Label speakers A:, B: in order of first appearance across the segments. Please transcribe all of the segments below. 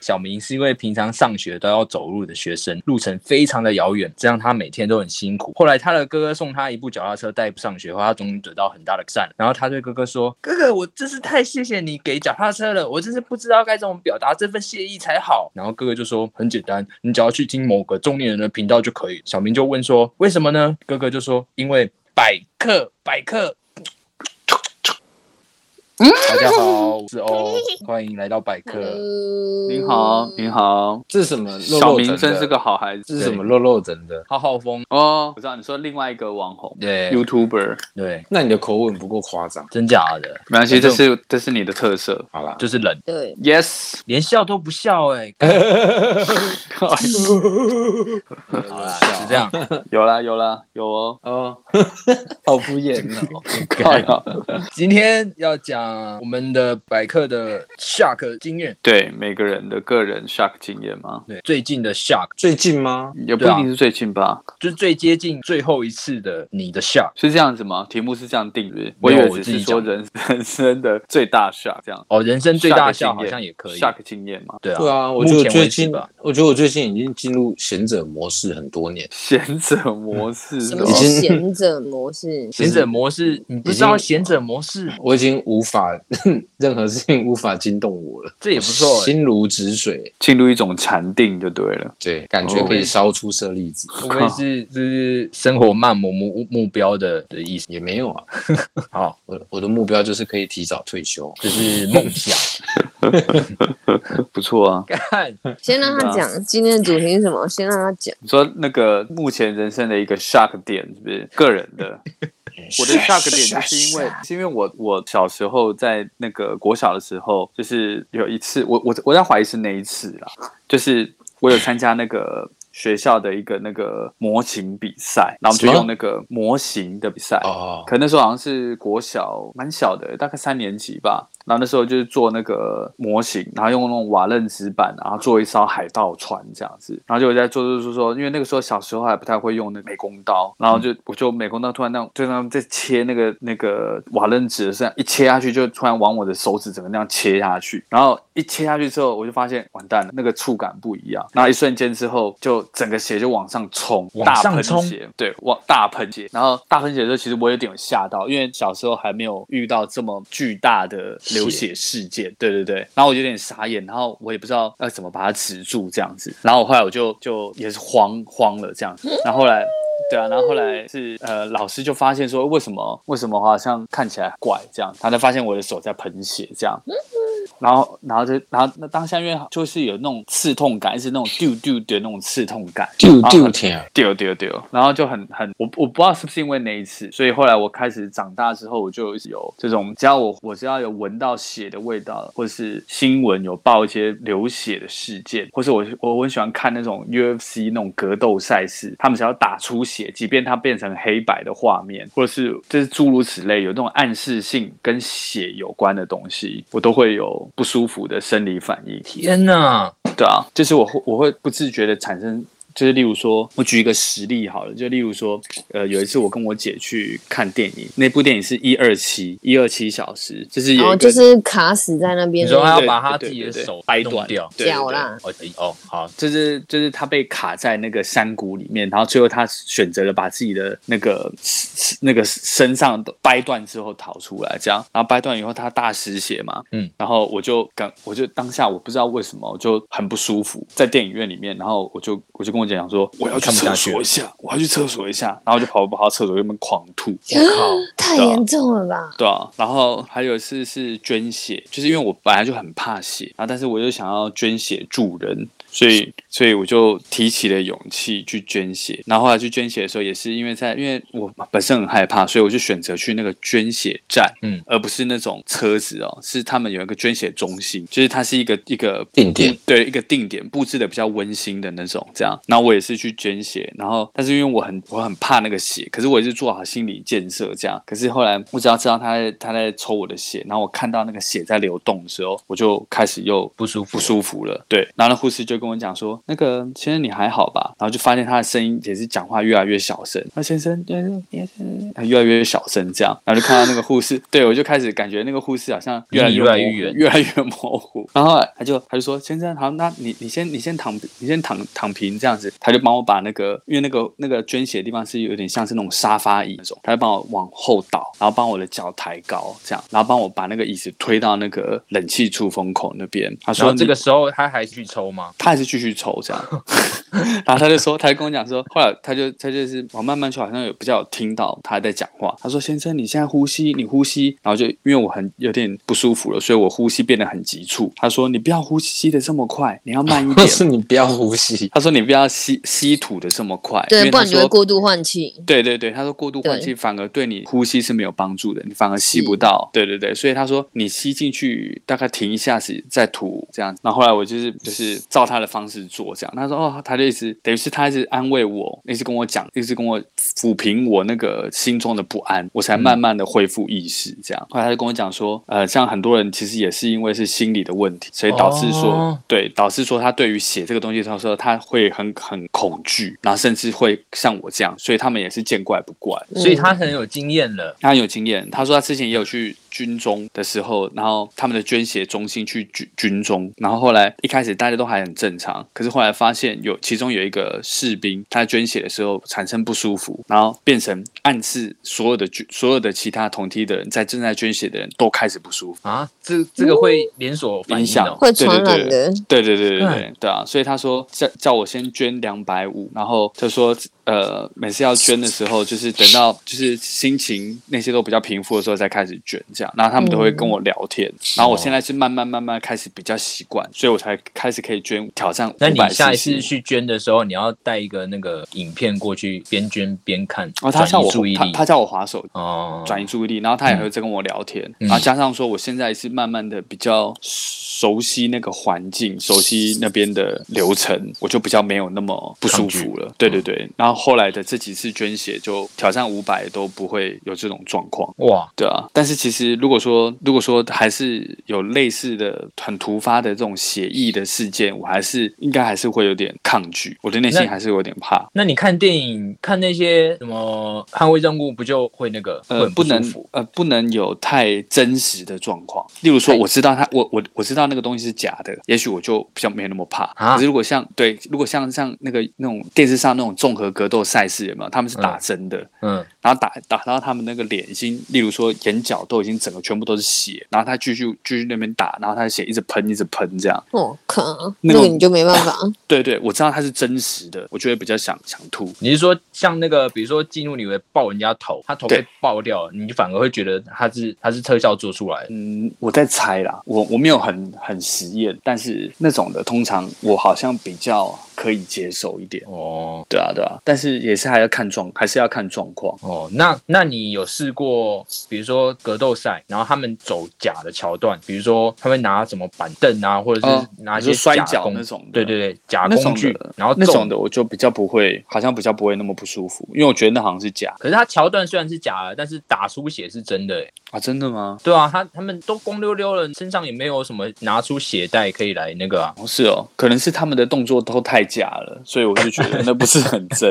A: 小明是因为平常上学都要走路的学生，路程非常的遥远，这样他每天都很辛苦。后来他的哥哥送他一部脚踏车带上学后，他终于得到很大的赞。然后他对哥哥说：“哥哥，我真是太谢谢你给脚踏车了，我真是不知道该怎么表达这份谢意才好。”然后哥哥就说：“很简单，你只要去听某个中年人的频道就可以。”小明就问说：“为什么呢？”哥哥就说：“因为百克百克。”大家好，我是欧，欢迎来到百克。
B: 您好，您好，
C: 这是什么肉肉整的？
B: 小明真是个好孩
C: 这
B: 子
C: 是什么肉肉整的？
A: 浩浩风，
B: 哦。我知道你说另外一个网红
A: 对
B: YouTuber，
A: 对，
C: 那你的口吻不够夸张。
A: 真假的，
B: 没关系，
A: 反
B: 哎这
A: 正
B: 是这是你的特色。
C: 好啦，
A: 就是冷，
D: 对，
B: Yes，
A: 连笑都不笑哎、好啦，是这样，
B: 有啦有啦有哦。
C: 哦，好敷衍哦。
B: 靠呀
A: 今天要讲我们的百克的 shark 经验，
B: 对每个人的个人 shock 经验吗？
A: 对，最近的 shark
C: 最近吗？
B: 也不
A: 对
B: 一
A: 啊
B: 定是最近吧，
A: 就是最接近最后一次的你的 shark。
B: 是这样子吗？题目是这样定的，
A: 没
B: 我
A: 有
B: 以为
A: 我
B: 只
A: 自己
B: 是说
A: 讲
B: 人人生的最大 shock 这样。
A: 哦，人生最大
B: shock 经
A: shark
B: 验
A: 好像也可以，
B: shock 经验嘛。
A: 对啊，
C: 对啊，我
A: 目
C: 觉得
A: 前
C: 最
A: 为止
C: 近
A: 吧，，
C: 我觉得我最近已经进入贤者模式很多年。
B: 贤者模式
D: 什
B: 是
D: 么
B: 吧
C: 已
D: 是
C: 经
D: 贤者模式？
A: 贤者模式，你不知道贤者模式，
C: 我已经无法 任何事情无法惊动我了，
A: 这也不错欸
C: 心如止水。
B: 进入一种禅定就对了。
C: 对，感觉可以烧出舍利子，
A: 会不会是就是生活漫模目目标的的意思？
C: 也没有啊。
A: 好，
C: 我我的目标就是可以提早退休。
A: 就是梦想。
B: 不错啊。
A: 看，
D: 先让
B: 嗯
D: 他讲今天的主题是什么？先让他讲。
B: 你说那个目前人生的一个 shock 点是不是个人 的？我的 shock 点就是啊因 为是因为我我小时候在那个国小的时候，就是有一次我我我在怀疑是那一次啦，就是我有参加那个。学校的一个那个模型比赛，然后我们就
C: 什么
B: 用那个模型的比赛，
C: 哦，
B: 可那时候好像是国小，蛮小的，大概三年级吧。然后那时候就是做那个模型，然后用那种瓦楞纸板，然后做一艘海盗船这样子。然后就我在做做做做，因为那个时候小时候还不太会用那个美工刀，然后
A: 嗯
B: 就我就美工刀突然那样，就那样在切那个那个瓦楞纸的时候，一切下去就突然往我的手指整个那样切下去。然后一切下去之后，我就发现完蛋了，那个触感不一样。然后一瞬间之后，就整个血就往上冲，
A: 往
B: 大
A: 上
B: 喷
A: 冲
B: 血对，往大喷血。然后大喷血的时候，其实我有点有吓到，因为小时候还没有遇到这么巨大的流血事件。对对对，然后我有点傻眼，然后我也不知道要怎么把它止住这样子。然后我后来我就就也是慌慌了这样子。然后后来。对啊，然后后来是呃，老师就发现说，为什么为什么好像看起来怪这样，他才发现我的手在喷血这样，然后然后就然后那当下因为就是有那种刺痛感，是那种丢丢的那种刺痛感，
C: 丢
B: 然后
C: 丢
B: 很
C: 天啊，
B: 丢丢丢，然后就很很，我我不知道是不是因为那一次，所以后来我开始长大之后，我就有这种，只要我我只要有闻到血的味道，或是新闻有报一些流血的事件，或是我我我很喜欢看那种 UFC 那种格斗赛事，他们只要打出血，即便它变成黑白的画面，或者是就是诸如此类，有那种暗示性跟血有关的东西，我都会有不舒服的生理反应。
A: 天哪！
B: 对啊，就是我会我会不自觉的产生，就是例如说，我举一个实例好了，就例如说，呃，有一次我跟我姐去看电影，那部电影是一二七一二七小时，就是
D: 然
B: 有
D: 后
B: 一个
D: 哦就是卡死在那边
A: 你
D: 的
A: 说他
D: 那
A: 要
B: 对
A: 把他
B: 对
A: 自己的
B: 对对
A: 手
B: 掰
A: 弄
B: 断
A: 掉
B: 对
D: 个脚啦，
A: 哦哎哦，好，
B: 就是就是他被卡在那个山谷里面，然后最后他选择了把自己的那个那个身上的掰断之后逃出来，这样，然后掰断以后他大失血嘛，
A: 嗯，
B: 然后我就感我就当下我不知道为什么我就很不舒服，在电影院里面，然后我就我就跟我姐讲说我要去
A: 看不下
B: 厕
A: 去了
B: 所一下，我要去厕所一下，然后就跑跑到厕所里面狂吐，
A: 我靠，
D: 太严重了吧？
B: 对啊，然后还有一次是捐血，就是因为我本来就很怕血，然后但是我就想要捐血助人，所以所以我就提起了勇气去捐血。然后后来去捐血的时候，也是因为在因为我本身很害怕，所以我就选择去那个捐血站，
A: 嗯，
B: 而不是那种车子哦，是他们有一个捐血中心，就是它是一个一个
C: 定点，
B: 对一个定点布置的比较温馨的那种这样。然后。然后我也是去捐血，然后但是因为我很我很怕那个血，可是我也是做好心理建设这样。可是后来我只要知道他在他在抽我的血，然后我看到那个血在流动的时候，我就开始又
A: 不舒服
B: 不舒服了。对，然后那护士就跟我讲说，那个先生你还好吧？然后就发现他的声音也是讲话越来越小声，那先生先生先生越来越小声这样，然后就看到那个护士，对我就开始感觉那个护士好像越来
A: 离你越来越
B: 模糊
A: 远
B: 越来越模糊。然后他就他就说：“先生，好，那你你先你先躺你先躺躺平这样子。”他就帮我把那个因为那个那个捐血的地方是有点像是那种沙发椅那种，他就帮我往后倒，然后帮我的脚抬高这样，然后帮我把那个椅子推到那个冷气出风口那边。他
A: 然
B: 说
A: 后：“这
B: 你
A: 个时候他还去抽吗？
B: 他还是继续抽这样， 然后他就说，他就跟我讲说，后来他就他就是我慢慢去，好像有比较有听到他在讲话。他说：“先生，你现在呼吸，你呼吸。”然后就因为我很有点不舒服了，所以我呼吸变得很急促。他说：“你不要呼吸的这么快，你要慢一
C: 或
B: 点。
C: 是你不要呼吸”，
B: 他说：“你不要吸吸吐的这么快，啊因
D: 对，
B: 为
D: 不
B: 他
D: 然你会
B: 说
D: 过度换气。
B: 对对对，他说过度换气反而对你呼吸是没有帮助的，你反而吸不到。对对对，所以他说你吸进去大概停一下子再吐这样。然后后来我就是就是照他的方式做这样。他说哦，他就一直等于是他一直安慰我，一直跟我讲，一直跟我抚平我那个心中的不安，我才慢慢的恢复意识这样。后来他就跟我讲说，呃，像很多人其实也是因为是心理的问题，所以导致说、
A: 哦
B: 对，导致说他对于写这个东西，他说他会很很恐惧，然后甚至会像我这样，所以他们也是见怪不怪。
A: 所以他很有经验了。
B: 他很有经验，他说他之前也有去军中的时候，然后他们的捐血中心去军军中，然后后来一开始大家都还很正常，可是后来发现有其中有一个士兵，他在捐血的时候产生不舒服，然后变成暗示所有的军所有的其他同梯的人在正在捐血的人都开始不舒服。
A: 啊，这这个会连锁反
B: 嗯影
A: 应
B: 响
A: 哦。
D: 会传染的
B: 对对对对对对
A: 对
B: 对啊！所以他说叫叫我先捐两百五，然后他说呃每次要捐的时候，就是等到就是心情那些都比较平复的时候再开始捐这样，然后他们都会跟我聊天，
A: 嗯
B: 然后
A: 哦
B: 我现在是慢慢慢慢开始比较习惯，所以我才开始可以捐挑战
A: 那你
B: 500
A: 下一
B: CC
A: 次去捐的时候，你要带一个那个影片过去，边捐边看，
B: 哦，他
A: 转
B: 叫
A: 移
B: 我
A: 注意
B: 他
A: 力。
B: 他叫我划手
A: 哦，
B: 转移注意力，然后他也会在跟我聊天，
A: 嗯
B: 然后加上说我现在是慢慢的比较熟悉那个环境，熟悉那边的流程，我就比较没有那么不舒服了。对对
A: 嗯
B: 对，然后后来的这几次捐血就挑战五百都不会有这种状况。
A: 哇，
B: 对啊，但是其实如果说如果说还是有类似的很突发的这种血议的事件，我还是应该还是会有点抗拒，我的内心
A: 那
B: 还是有点怕。
A: 那你看电影看那些什么《捍卫任务》，不就会那个会
B: 呃，
A: 很
B: 不
A: 舒
B: 能
A: 服？
B: 呃，不能有太真实的状况。例如说，
A: 太
B: 我知道他，我我我知道那个东西是假的，也许我就比较没那么怕。
A: 啊
B: 可是如果像对，如果像像那个那种电视上那种综合格斗赛事有没有？他们是打针的，
A: 嗯，
B: 然后打打到他们那个脸已经，例如说眼角都已经整个全部都是血，然后他继续继续那边打，然后他的血一直喷一直喷这样。
D: 我哦靠，
B: 那
D: 那
B: 个哦
D: 个你就没办法。
B: 对对，我知道它是真实的，我就会比较想想吐。
A: 你是说像那个，比如说进入你为爆人家头，他头
B: 对
A: 被爆掉，你反而会觉得他是他是特效做出来的。
B: 嗯，我在猜啦，我我没有很很实验，但是那种的通常我好像比较可以接受一点。
A: 哦
B: 对啊，对啊，但是也是还要看状，还是要看状况。
A: 哦，那那你有试过，比如说格斗赛，然后他们走假的桥段，比如说他们拿什么板凳啊，或者
B: 哦
A: 是拿一
B: 你
A: 些
B: 说摔
A: 假
B: 跤
A: 工
B: 那种的
A: 对对对，假
B: 那种
A: 工具
B: 的，，
A: 然后
B: 那
A: 揍
B: 种
A: 你
B: 的我就比较不会，好像比较不会那么不舒服，因为我觉得那好像是假
A: 可是他桥段虽然是假的，但是打出血是真的、欸，
B: 啊，真的吗？
A: 对啊，他他们都光溜溜了，身上也没有什么拿出血袋可以来那个 啊。
B: 哦，是哦，可能是他们的动作都太假了，所以我就觉得那不是很 真。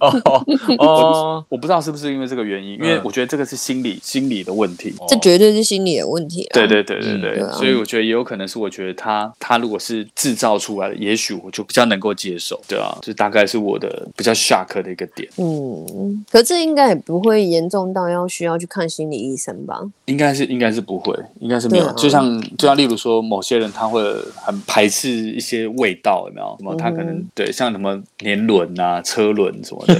A: 哦 哦，
B: 我不知道是不是因为这个原因，因为
A: 嗯
B: 我觉得这个是心理心理的问题。
D: 这绝对是心理的问题啦。
B: 对对对对
A: 嗯
B: 对，
D: 对啊
B: 所以我觉得也有可能是，我觉得他他如果是制造出来的，也许我就比较能够接受，对啊，这大概是我的比较 shock 的一个点，
D: 嗯，可这应该也不会严重到要需要去看心理医生吧？
B: 应该是应该是不会，应该是没有，
D: 对啊
B: 就像就像例如说某些人他会很排斥一些味道，有没有？什么他可能、
D: 嗯
B: 对像什么年轮啊、车轮什么的，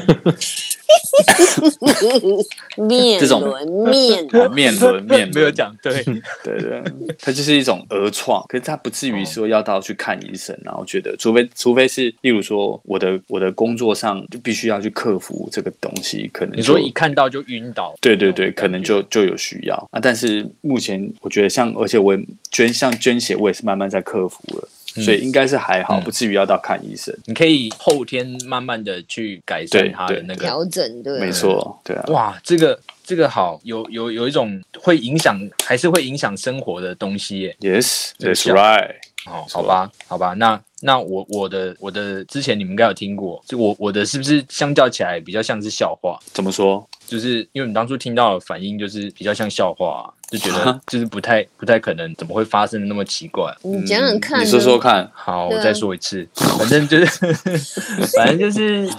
D: 面
B: 这种
D: 轮面
B: 啊面轮面轮
A: 没有，讲对，
B: 对对，它就是一种讹创，可是它不至
A: 哦
B: 于说要到去看医生啊。我觉得，除非除非是，例如说我的我的工作上就必须要去克服这个东西，可能
A: 你说
B: 就
A: 一哦看到就晕倒，
B: 对对对，可能就就有需要啊。但是目前我觉得像，而且我也捐像捐血，我也是慢慢在克服了。所以应该是还好，
A: 嗯
B: 不至于要到看医生。
A: 你可以后天慢慢的去改善
B: 对
A: 他的
B: 对
A: 那个。
D: 调整对，
B: 没错，对啊，
A: 哇，这个这个好，有有有一种会影响，还是会影响生活的东西耶。
B: ，Yes，That's
A: 有效
B: right。
A: 哦，好
B: 错
A: 吧，好吧，那那我我的我的之前你们应该有听过，就我我的是不是相较起来比较像是笑话？
B: 怎么说？
A: 就是因为我们当初听到的反应就是比较像笑话、啊就觉得就是不太不太可能，怎么会发生的那么奇怪？啊
D: 你想想看
B: 嗯
D: 呢，
B: 你说说看。
A: 好，
D: 对啊
A: 我再说一次，反正就是 反正就是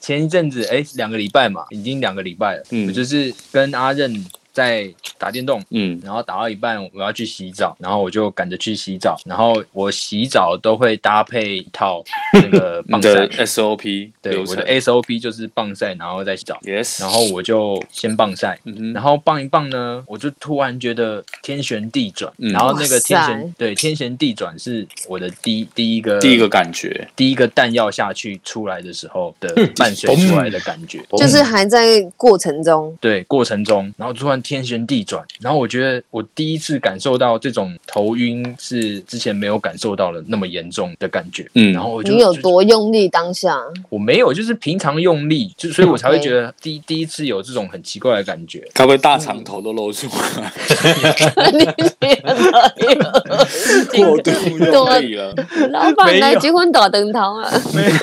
A: 前一阵子，哎、两个礼拜嘛，已经两个礼拜了，
B: 嗯
A: 我就是跟阿任在打电动。
B: 嗯，
A: 然后打到一半，我要去洗澡，然后我就赶着去洗澡。然后我洗澡都会搭配一套那个
B: 你
A: 棒晒
B: 的，SOP
A: 对，
B: 嗯流
A: 我
B: 程
A: 的 SOP 就是棒晒，然后再洗澡。
B: ，Yes，
A: 然后我就先棒晒，
B: 嗯哼，
A: 然后棒一棒呢，我就突然觉得天旋地转。
B: 嗯
A: 然后那个天
D: 哇塞
A: 旋对天旋地转是我的第第一个
B: 第一个感觉，
A: 第一个弹药下去出来的时候的伴随出来的感觉。
D: 就是还在过程中，
A: 对，过程中，然后突然天旋地转，然后我觉得我第一次感受到这种头晕是之前没有感受到的那么严重的感觉。
B: 嗯
A: 然后我就
D: 你有
A: 就
D: 多用力当下，
A: 我没有，就是平常用力，就所以我才会觉得第一第一次有这种很奇怪的感觉。
B: 该不会大肠头都露出来，
D: 你觉得有
B: 过度用力了？
D: 老板来结婚打灯汤啊？
B: 他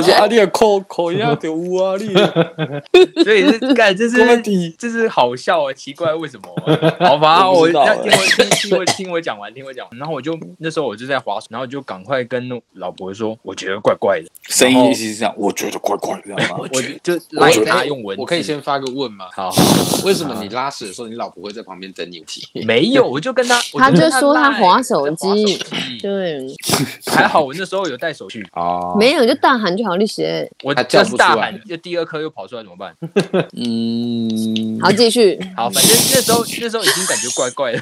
B: 说：“啊，你的口口要得有啊，你的
A: 所以是干，这
B: 到
A: 是
B: 底
A: 这是好笑啊，奇怪为什么啊、 好吧，
B: 我不
A: 我
B: 知道
A: 要听我听听我听我讲完，听我讲完。然后我就那时候我就在滑，然后就赶快跟老婆说，我觉得怪怪的，
B: 声音一直是这样，我觉得怪怪的，知道吗？
A: 我就赖
C: 可以
A: 他用文字。
C: 我可以先发个问吗？
A: 好。
C: 为什么你拉屎的时候，你老婆会在旁边等你提？
A: 没有，我就跟他，我
D: 他
A: 跟
D: 就说他
A: 赖
D: 滑手
A: 他滑手
D: 机
A: 机
D: 对，
A: 还好我那时候有带手机，
C: 哦
D: 没有就大喊就好，你写
A: 我
C: 他叫
A: 要是
C: 不出
A: 大
C: 来
A: 喊，就第二颗又跑出来怎么办？
B: 嗯，
D: 好继续，
A: 好，反正那时候那时候已经感觉怪怪的，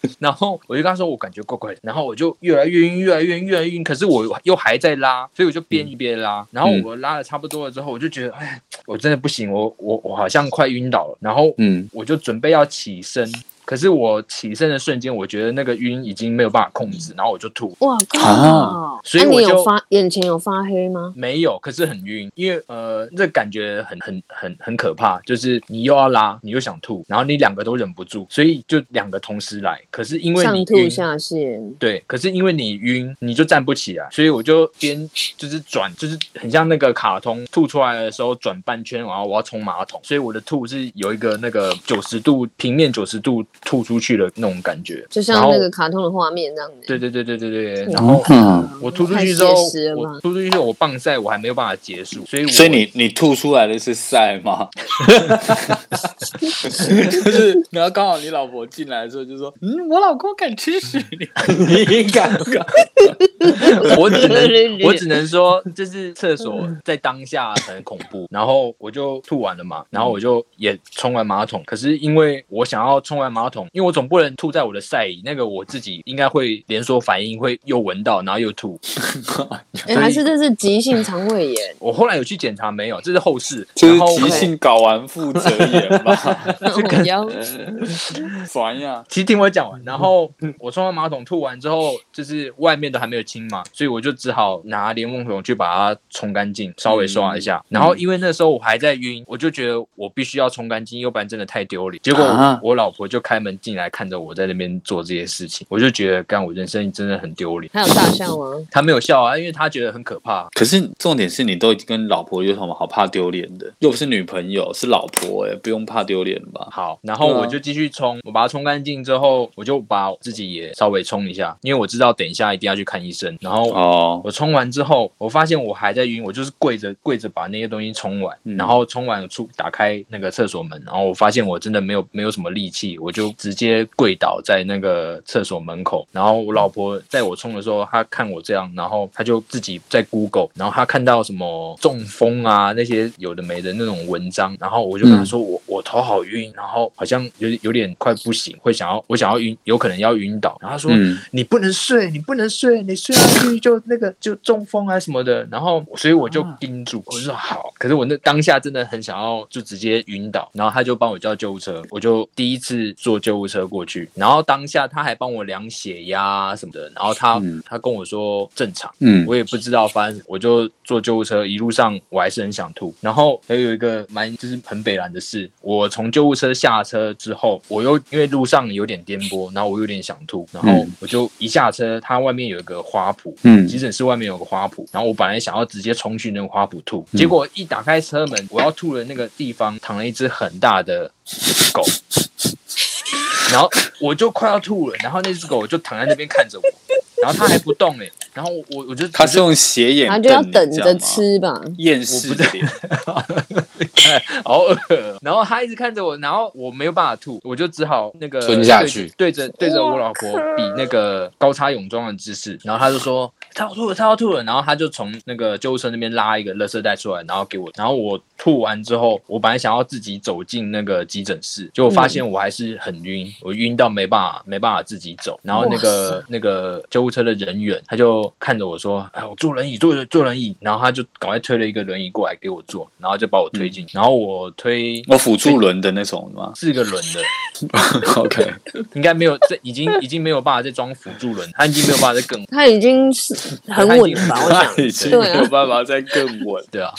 A: 然后我就跟他说我感觉怪怪的，然后我就越来越晕，越来越晕，越来越晕，可是我又还在拉，所以我就
C: 嗯
A: 边一边拉，然后我拉的差不多了之后，我就觉得哎，我真的不行，我我我好像快晕倒了，然后
B: 嗯，
A: 我就准备要起身。可是我起身的瞬间，我觉得那个晕已经没有办法控制，然后我就吐，
D: 哇靠
B: 啊！
A: 所以
D: 那
A: 我
D: 你有
A: 就
D: 发眼前有发黑吗？
A: 没有，可是很晕，因为呃，这感觉很很很很可怕，就是你又要拉，你又想吐，然后你两个都忍不住，所以就两个同时来。可是因为你
D: 上吐
A: 晕，
D: 下泻，
A: 对，可是因为你晕，你就站不起来，所以我就边就是转，就是很像那个卡通吐出来的时候转半圈，然后我要冲马桶，所以我的吐是有一个那个九十度平面九十度吐出去的那种感觉，
D: 就
A: 然
D: 像
A: 后
D: 那个卡通的画面这样子。
A: 对对对对对对，
D: 哇
A: 然后。
B: 嗯
A: 我吐出
D: 太
A: 去之后
D: 写实，了吧
A: 我吐出去之后，我棒赛我还没有办法结束，所以我
B: 所以你你吐出来的是塞吗？就是，然后刚好你老婆进来的时候就说：“嗯，我老公敢吃屎， 你 敢不敢
A: 我只能我只能说，就是厕所在当下很恐怖，然后我就吐完了嘛，然后我就也冲完马桶。可是因为我想要冲完马桶，因为我总不能吐在我的晒里，那个我自己应该会连锁反应，会又闻到，然后又吐。，
D: 哎，还是这是急性肠胃炎
A: 我后来有去检查，没有，这是后事。？”
B: 就是
A: 然后
B: 急性睾丸负责炎吧，
D: 我要
B: 烦呀！
A: 其实听我讲完，然后我冲完马桶吐完之后，就是外面都还没有清嘛，所以我就只好拿莲蓬头去把它冲干净，稍微刷一下。然后因为那时候我还在晕，我就觉得我必须要冲干净，要不然真的太丢脸。结果我,、
B: 啊
A: 我老婆就开门进来，看着我在那边做这些事情，我就觉得干我人生真的很丢脸。
D: 还有大笑 吗？
A: 她没有笑啊，因为她觉得很可怕。
B: 可是重点是你都已经跟老婆有什么好怕丢脸的？又不是女朋友，是老婆哎、不用怕丢脸吧？
A: 好，然后
B: 对啊
A: 我就继续冲，我把它冲干净之后，我就把我自己也稍微冲一下，因为我知道等一下一定要去看医生。然后
B: 哦，
A: 我冲完之后，我发现我还在晕，我就是跪着跪着把那些东西冲完，
B: 嗯
A: 然后冲完出打开那个厕所门，然后我发现我真的没有没有什么力气，我就直接跪倒在那个厕所门口。然后我老婆在我冲的时候，她看我这样，然后她就自己在 Google，然后她看到什么中风啊那些有的没的那种文章，然后我就跟
B: 嗯
A: 她说、我我头好晕，然后好像有有点快不行，会想要我想要晕，有可能要晕倒。然后她说、
B: 嗯，
A: 你不能睡，你不能睡，你睡下去就那个就中风啊什么的。然后，所以我就盯住，我就说好。可是我那当下真的很想要就直接晕倒，然后他就帮我叫救护车。我就第一次做坐救护车过去，然后当下他还帮我量血压啊什么的，然后他、
B: 嗯
A: 他跟我说正常。
B: 嗯，
A: 我也不知道，反正我就坐救护车，一路上我还是很想吐。然后还有一个蛮就是很北然的事，我从救护车下车之后，我又因为路上有点颠簸，然后我有点想吐，然后
B: 嗯
A: 我就一下车，它外面有一个花圃，
B: 嗯
A: 急诊室外面有个花圃，然后我本来想要直接冲去那个花圃吐，结果一打开车门，我要吐的那个地方躺了一只很大的狗。 然后我就快要吐了，然后那只狗就躺在那边看着我，然后它还不动哎、然后我我我就
B: 他是用斜眼
D: 然后
B: 瞪你，
D: 就要等
B: 你知道
D: 着
B: 吗，
D: 吃吧。
B: 厌世的脸，
A: 好恶哦、然后他一直看着我，然后我没有办法吐，我就只好那个
C: 吞下去
A: 对对着对着我老婆比那个高叉泳装的姿势，然后他就说他要吐了，他要吐了，然后他就从那个救护车那边拉一个垃圾袋出来，然后给我，然后我吐完之后，我本来想要自己走进那个急诊室，结果发现我还是很晕，我晕到没办法没办法自己走，然后那个那个救护车的人员他就看着我说，哎，我坐轮椅坐坐轮椅，然后他就赶快推了一个轮椅过来给我坐，然后就把我推进，然后我推
B: 我辅助轮的那种 吗
A: 四个轮的。
B: ？OK，
A: 应该没有，这已经已经没有办法再装辅助轮，他已经没有办法再更
D: 他已经是很稳了 吧？我
B: 他
D: 想，
B: 已经
D: 对
B: 没
D: 啊
B: 有办法再更稳。
A: 对啊。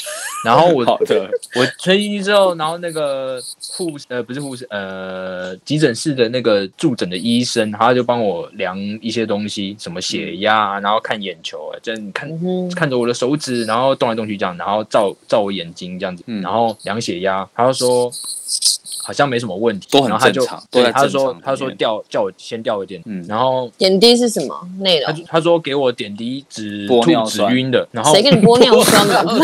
A: 然后我
B: 好的，
A: 我推进去之后，然后那个护士呃不是护士呃急诊室的那个住诊的医生，他就帮我量一些东西，什么血压啊，然后看眼球，哎这你看
D: 嗯哼，
A: 看着我的手指，然后动来动去这样，然后照照我眼睛这样子，
B: 嗯
A: 然后量血压，他就说好像没什么问题，
B: 都很
A: 然后他就
B: 正常
A: 对
B: 都在
A: 他就
B: 正常
A: 说
B: 里面
A: 他就说吊叫我先吊一点，
B: 嗯
A: 然后
D: 点滴是什么内
A: 他
D: 容？
A: 就他说给我点滴止
B: 玻尿
A: 吐止
B: 酸
A: 晕的，然后
D: 谁给你玻尿酸啊了？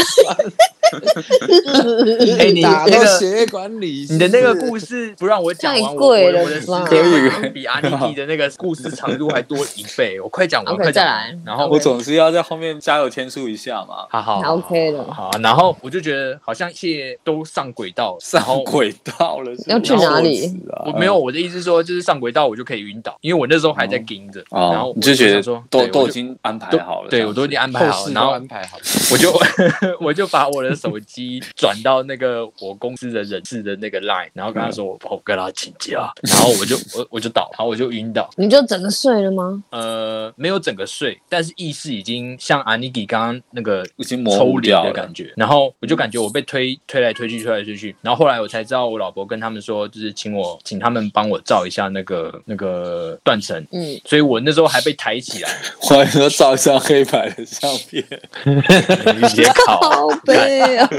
A: 哎、你
C: 打
A: 那
C: 到
A: 个
C: 血管里，
A: 你的那个故事不让我讲完，
D: 太
A: 我我
D: 贵
A: 我
D: 了
A: 的时
D: 吧
A: 间会比阿尼蒂的那个故事长度还多一倍，我快讲完，
D: OK，
A: 快讲
D: 再
A: 完
D: 来
A: 然后
B: 我总是要在后面加油添醋一下嘛。
A: 好 好好
D: OK 了
A: 好，然后我就觉得好像一切都上轨道，然后
B: 上轨道了，是不是
D: 要去哪里
B: 然后死啊
A: 我没有，我的意思是说，就是上轨道我就可以晕倒，因为我那时候还在盯着，
B: 哦，
A: 然后
B: 你就觉得
A: 想说
B: 都
A: 对
B: 都
A: 我
B: 已
A: 就
B: 经安排
A: 都
B: 好了，
A: 对我都已经安排
C: 后
A: 好了，
C: 事
A: 然
C: 都
A: 后
C: 安排好，
A: 我就 我就把我的手机转到那个我公司的人事的那个 line，然后
B: 嗯
A: 跟他说我我跟他请假，然后我就我我就倒，然后我就晕倒，
D: 你就整个睡了吗？
A: 呃，没有整个睡，但是意识已经像阿尼给刚刚那个
B: 已经模
A: 抽
B: 糊
A: 离
B: 掉
A: 的
B: 了
A: 感觉，然后我就感觉我被推推来推去，推来推去，然后后来我才知道我老婆跟他们说，就是请我请他们帮我照一下那个那个断层。
D: 嗯，
A: 所以我那时候还被抬起 来，
B: 我还说照一张黑白的相片，
A: 你直接靠。
D: 好悲啊！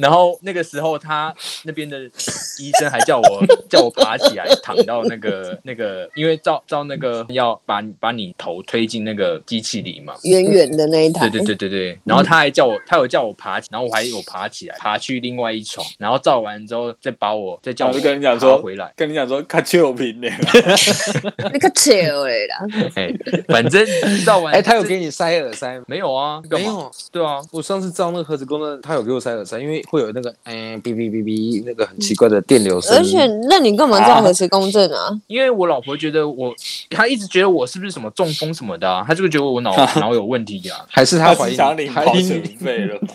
A: 然后那个时候他那边的医生还叫我 叫我爬起来躺到那个那个，因为照照那个要把你把你头推进那个机器里嘛。
D: 远远的那一台，
A: 对对对对对，然后他还叫我，他有叫我爬起，然后我还有爬起来，爬去另外一床，然后照完之后再把我再叫
B: 然
A: 我
B: 后就跟你讲
A: 爬
B: 说
A: 回来，
B: 跟你讲说看旧瓶 的，
D: 那个扯哎啦，
A: 哎，反正照完
C: 哎，他有
A: 这
C: 给你塞耳塞吗？
A: 没有啊？干
C: 没
A: 嘛，
C: 有，
A: 对啊，
C: 我上次照那个核磁共振，他有给我塞耳塞，因为会有那个哎哔哔哔哔那个很奇怪的电流声音。
D: 嗯而且那你干嘛照核磁共振啊？
A: 因为我老婆觉得我，她一直觉得我是不是什么中风什么的、啊，她就觉得我 脑脑有问题啊。
C: 还是他
B: 他
C: 怀
B: 是
C: 疑
B: 想领
C: 怀
B: 保
C: 疑
B: 险
C: 你
B: 费了吧，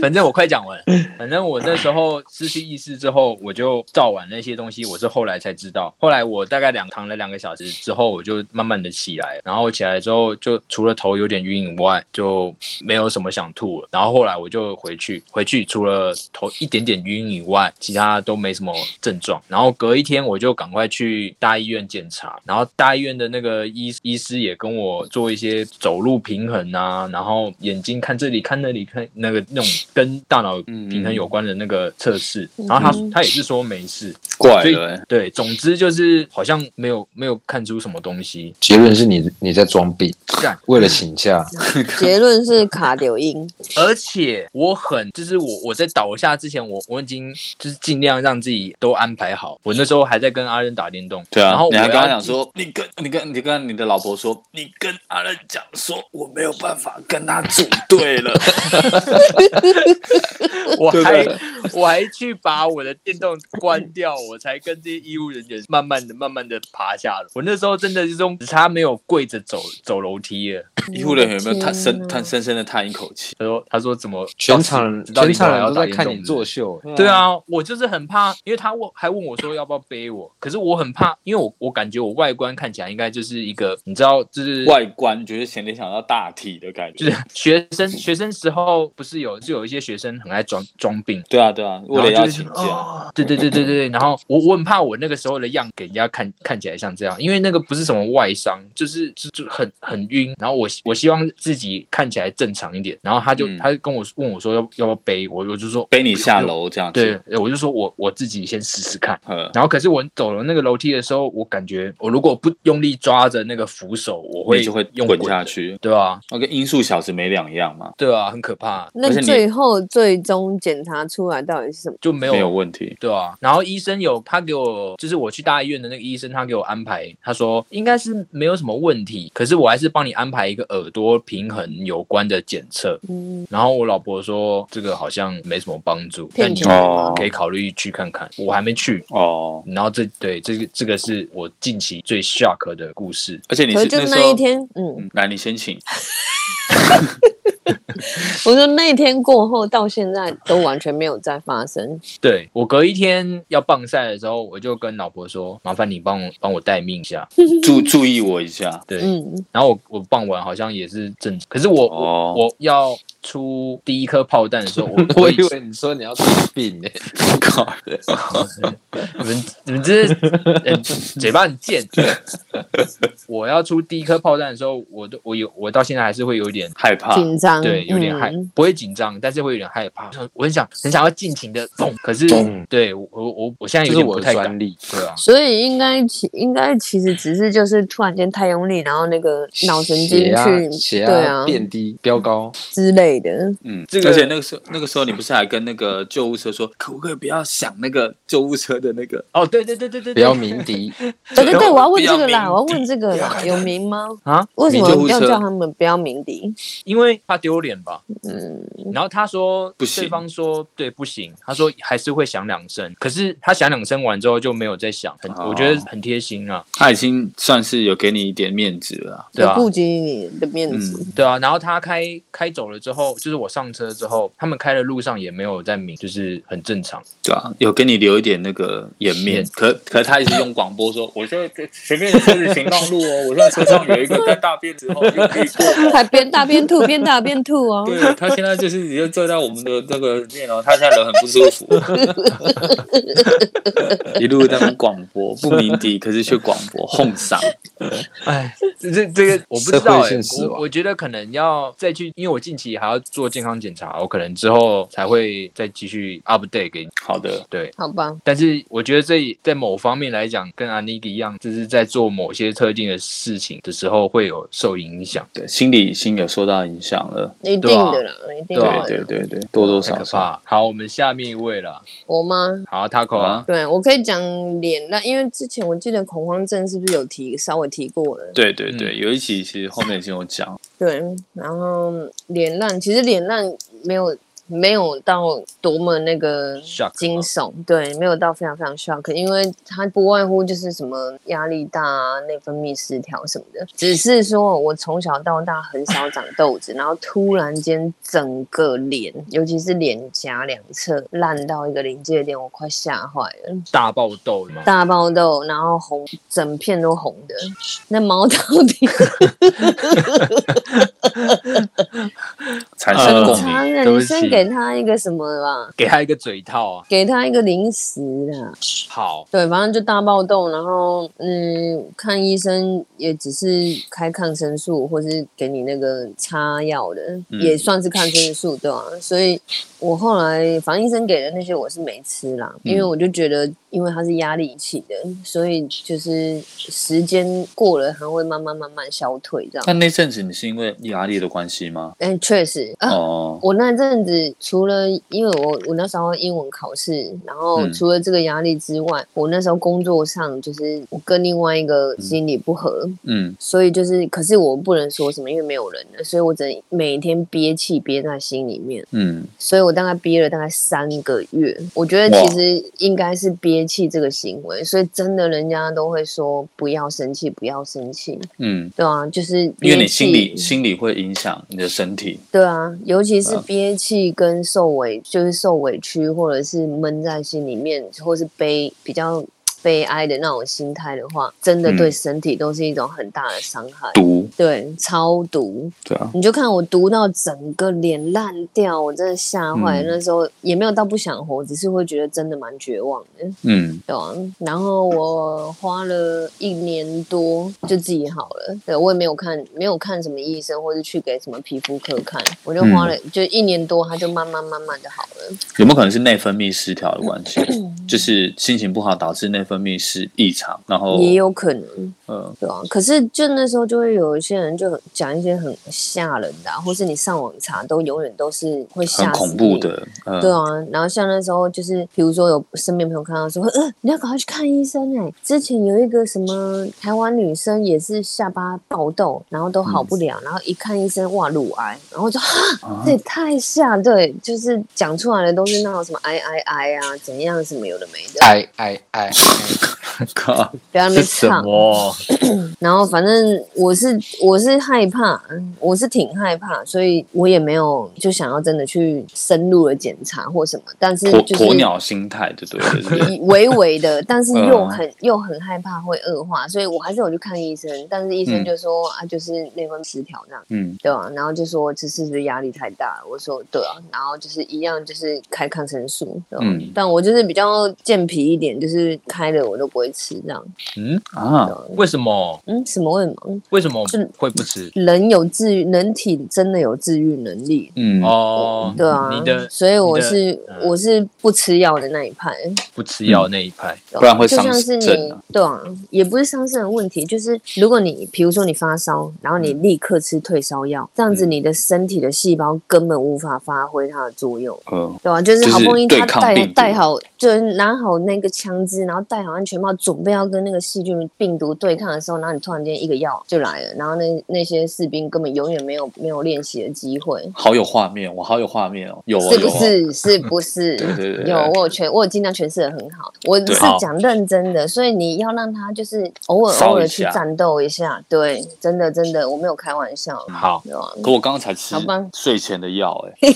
A: 反正我快讲完，反正我那时候失去意识之后，我就照完那些东西，我是后来才知道。后来我大概两躺了两个小时之后，我就慢慢的起来，然后起来之后就除了头有点晕以外，就没有什么想吐了。然后后来我就回去，回去除了头一点点晕以外，其他都没什么症状。然后隔一天我就赶快去大医院检查，然后大医院的那个医医师也跟我做一些走路平衡啊，然后眼睛看这里看那里看那个那种跟大脑平衡有关的那个测试。
D: 嗯
A: 然后他
D: 嗯
A: 他也是说没事，
B: 怪
A: 所以
B: 了，
A: 对，总之就是好像没有没有看出什么东西。
C: 结论是你你在装病
A: 干，
C: 为了请假，
D: 结论是卡柳音，
A: 而且我很就是我我在倒下之前，我我已经就是尽量让自己都安排好。我那时候还在跟阿仁打电动，
B: 对啊，
A: 然后我
B: 你还跟他
A: 要
B: 讲说，你跟你跟你跟你的老婆说，你跟阿仁讲说，我没有办法跟他组队了，
A: 我还
B: 对不
A: 我还去把我的电动关掉，我我才跟这些医务人员慢慢的、慢慢的爬下楼。我那时候真的是用只差没有跪着走走楼梯了。
B: 医护人员有没有叹
D: 嗯天啊
B: 深
D: 哪
B: 叹深深的叹一口气？
A: 他说：“他说怎么
C: 全场
A: 直到
C: 全
A: 你
C: 场
A: 还
C: 人
A: 要
C: 都
A: 打
C: 在
A: 电
C: 看
A: 动
C: 你
A: 是
C: 作秀，哎
A: 对啊，我就是很怕，因为他问还问我说要不要背我，可是我很怕，因为我我感觉我外观看起来应该就是一个，你知道，就是
B: 外观觉得想联想到大体的感觉，
A: 就是学生学生时候不是有就有一些学生很爱装装病，
B: 对啊对啊，为
A: 然后
B: 了要
A: 就是
B: 请假，
A: 哦对对对对对，然后我我很怕我那个时候的样给人家看看起来像这样，因为那个不是什么外伤，就是就就很很晕。然后我希我希望自己看起来正常一点。然后他就、
B: 嗯
A: 他就跟我问我说要要不要背我，我就说
B: 背你下楼这样
A: 对
B: 子。，
A: 我就说我我自己先试试看。
B: 呃，
A: 然后可是我走了那个楼梯的时候，我感觉我如果不用力抓着那个扶手，我会
B: 你就会
A: 用
B: 滚
A: 的
B: 下，去，
A: 对啊，
B: 那跟音速小子没两样嘛，
A: 对啊，很可怕，
D: 那
B: 而且你
D: 最后最终检查出来到底是什么？
A: 就没有
B: 没有问题。
A: 对啊，然后医生有他给我，就是我去大医院的那个医生，他给我安排，他说应该是没有什么问题，可是我还是帮你安排一个耳朵平衡有关的检测。
D: 嗯，
A: 然后我老婆说这个好像没什么帮助，那
D: 骗
A: 你
D: 钱的
B: 哦
D: 吗？
A: 可以考虑去看看。我还没去。
B: 哦，
A: 然后这对这个这个是我近期最 shock 的故事，
B: 而且你
D: 可
B: 是
D: 是就
B: 时
D: 那
B: 候
D: 一，天，嗯，
B: 嗯，来你先请，
D: 我说那一天过后到现在都完全没有再发生。
A: 对我隔一天要棒赛的时候，我就跟老婆说，麻烦你帮我帮我待命一下。
B: 注注意我一下。
A: 对，
D: 嗯，
A: 然后我我傍晚好像也是正常，可是我、
B: 哦
A: 我我要出第一颗炮弹的时候， 我
C: 我
A: 我
C: 以为你说你要生病呢，
B: 靠，
A: 你们你们这是、呃嘴巴很贱。我要出第一颗炮弹的时候，我都我有我到现在还是会有点。
B: 害怕，
D: 紧张，
A: 对，有点害，
D: 嗯
A: 不会紧张，但是会有点害怕。我很想，很想要尽情的蹦，可是
C: 蹦
A: 对我我我我现在
C: 这
A: 有
C: 是
A: 点
C: 我
A: 不
C: 的
A: 太敢
C: 专。利。
A: 对啊，
D: 所以应该其应该其实只是就是突然间太用力，然后那个脑神经
C: 血压
D: 去
C: 血
D: 对
C: 压
D: 啊
C: 变低、飙高，
D: 之类的，
B: 嗯，
A: 这个
B: 而且那个时候，那个时候你不是还跟那个救护车说，可不可以不要想那个救护车的那个？
A: 哦，对对对对对，
C: 不
A: 对
C: 要鸣笛，
D: 对对对，我要问这个
B: 不要鸣
D: 啦，
B: 笛
D: 我要问这个啦，有名吗？
A: 啊，
D: 为什么
B: 鸣救护
D: 要
B: 车
D: 叫他们不要鸣笛？
A: 因为怕丢脸吧。
D: 嗯，
A: 然后他说
B: 不行
A: 对方说对不行，他说还是会响两声，可是他响两声完之后就没有再响，很、
B: 哦
A: 我觉得很贴心啊，
B: 他已经算是有给你一点面子了啊。
A: 对
D: 有
A: 啊。
D: 顾及你的面子，
B: 嗯，
A: 对啊，然后他开开走了之后，就是我上车之后，他们开的路上也没有在鸣，就是很正常。
B: 对啊，有给你留一点那个颜面
A: 面。
B: 可可他一直用广播说，我说前面的车子行道路哦，我说车上有一个干大便之后就可以 过。
A: 嗯
D: 还边大边吐，边大边吐哦。
B: 对他现在就是已经坐在我们的那个面哦，他现在人很不舒服， 一路在那边广播，不鸣笛，可是却广播哄嗓。
A: 哎，这这这个我不知道、
C: 社会
A: 欸
C: 现，实啊
A: 我
C: 吧
A: 我觉得可能要再去，因为我近期还要做健康检查，我可能之后才会再继续 update 给你。
B: 好的，
A: 对，
D: 好吧，
A: 但是我觉得这也在某方面来讲，跟阿妮一样，就是在做某些特定的事情的时候会有受影响，
B: 对，心理已经有受到影响了。
D: 一定的啦，一定
A: 对啊
D: 的
B: 对。对对，多多
A: 太
B: 少啊
A: 可
B: 少。
A: 怕。好，我们下面一位了。
D: 我吗？
A: 好，Taco 啊，
D: 对，我可以讲脸那因为之前我记得恐慌症是不是有提稍微提过了？
B: 对对对，
A: 嗯
B: 有一期其实后面已经有讲，
D: 对，然后脸烂，其实脸烂没有没有到多么那个
A: Shock
D: 惊悚，对，没有到非常非常 shock，因为它不外乎就是什么压力大啊、内分泌失调什么的。只是说我从小到大很少长痘子，然后突然间整个脸，尤其是脸颊两侧烂到一个临界点，我快吓坏了。
A: 大爆痘吗？
D: 大爆痘，然后红，整片都红的。那毛到底
B: 产
A: 呃
B: 生共鸣。
D: 差了？
A: 对不
D: 你
A: 起
D: 先给他一个什么吧，
A: 给他一个嘴套啊。
D: 给他一个零食啦。
A: 好，
D: 对，反正就大爆痘，然后嗯，看医生也只是开抗生素，或是给你那个擦药的，
B: 嗯
D: 也算是抗生素，对啊。所以我后来反正医生给的那些我是没吃啦，因为我就觉得，因为它是压力起的，所以就是时间过了，它会慢慢慢慢消退这样。
B: 但那阵子你是因为压力的关系吗？
D: 但确实啊，
B: 哦，
D: 我那阵子除了因为我我那时候英文考试，然后
B: 嗯
D: 除了这个压力之外，我那时候工作上就是我跟另外一个心理不合，
B: 嗯，
D: 所以就是可是我不能说什么，因为没有人了，所以我只能每天憋气憋在心里面，
B: 嗯，
D: 所以我大概憋了大概三个月，我觉得
B: 哇
D: 其实应该是憋憋气这个行为，所以真的人家都会说不要生气，不要生气，
B: 嗯，
D: 对啊，就是
B: 因为
D: 憋
B: 你
D: 气
B: 心理心理会影响你的身体，
D: 对啊，尤其是
B: 嗯
D: 憋气跟受委，就是受委屈，或者是闷在心里面，或是悲比较悲哀的那种心态的话，真的
B: 嗯
D: 对身体都是一种很大的伤害。
B: 毒，
D: 对，超毒，
B: 对啊，
D: 你就看我毒到整个脸烂掉，我真的吓坏。
B: 嗯
D: 那时候也没有到不想活，只是会觉得真的蛮绝望的，
B: 嗯，
D: 对啊。然后我花了一年多就自己好了，对我也没有看，没有看什么医生，或是去给什么皮肤科看，我就花了、
B: 嗯
D: 就一年多，它就慢慢慢慢的好了。
B: 有没有可能是内分泌失调的关系？就是心情不好导致内分泌失异常，然后
D: 也有可能，
B: 呃，
D: 对啊，可是就那时候就会有一些人就很讲一些很吓人的、啊，或是你上网查都永远都是会
B: 很
D: 吓死
B: 恐怖
D: 你
B: 的，呃，
D: 对啊，然后像那时候就是，比如说有身边朋友看到说，呃，你要赶快去看医生哎、之前有一个什么台湾女生也是下巴爆痘，然后都好不了，然后一看医生哇乳癌，然后我就哈
B: 嗯啊
D: 这也太吓，对，就是讲出来的都是那种什么哎哎哎啊，怎样什么有的没 的，
C: 哎哎哎，
B: 靠，
D: 不要在
A: 是
D: 那边
A: 什
D: 唱。
A: 么？
D: 然后反正我是我是害怕，嗯我是挺害怕，所以我也没有就想要真的去深入的检查或什么，但是
B: 鸵
D: 就是
B: 鸵鸟心态，对对对对对，
D: 以微微的，但是又
A: 嗯
D: 很、又很害怕会恶化，所以我还是有去看医生，但是医生
B: 嗯
D: 就说、啊，就是内分泌失调这样，
B: 嗯，
D: 对啊，然后就说这是不是压力太大？我说对啊，然后就是一样就是开抗生素，对啊
B: 嗯
D: 但我就是比较健脾一点，就是开了我都不会吃这样，
A: 嗯，
B: 啊
D: 对，啊
A: 为什么？
D: 嗯，什么为什么？嗯
A: 为什么
D: 是
A: 会不吃？
D: 人有治愈，人体真的有治愈能力。
B: 嗯，
A: 哦，
D: 对啊，
A: 你的
D: 所以我
A: 你的
D: 是、
A: 嗯
D: 我是不吃药的那一派，
A: 不吃药那一派，
D: 对啊
B: 不然会
D: 就
B: 伤
D: 像是
B: 肾
D: 你
B: 啊
D: 对啊，也不是伤肾的问题，就是如果你比如说你发烧，然后你
B: 嗯
D: 立刻吃退烧药，这样子你的身体的细胞根本无法发挥它的作用。
B: 呃，
D: 对啊，就是
B: 就是
D: 好不容易
B: 对
D: 他
B: 抗
D: 戴
B: 病毒
D: 戴好，就是拿好那个枪支，然后戴好安全帽，准备要跟那个细菌病毒对抗的时候，然后你突然间一个药就来了，然后那那些士兵根本永远没有没有练习的机会，
B: 好有画面，我好有画面哦，有哦有
D: 是不
B: 哦，
D: 是？是不是？
B: 对对对对
D: 有我有诠，我有尽量诠释的很好，我
B: 对
D: 是讲认真的，所以你要让他就是偶尔
B: 烧
D: 偶尔
B: 一
D: 去
B: 下
D: 战斗一下，对，真的真的，我没有开玩笑，
A: 好，
D: 对吧？
B: 可我刚刚才吃
D: 好吧
B: 睡前的药，哎，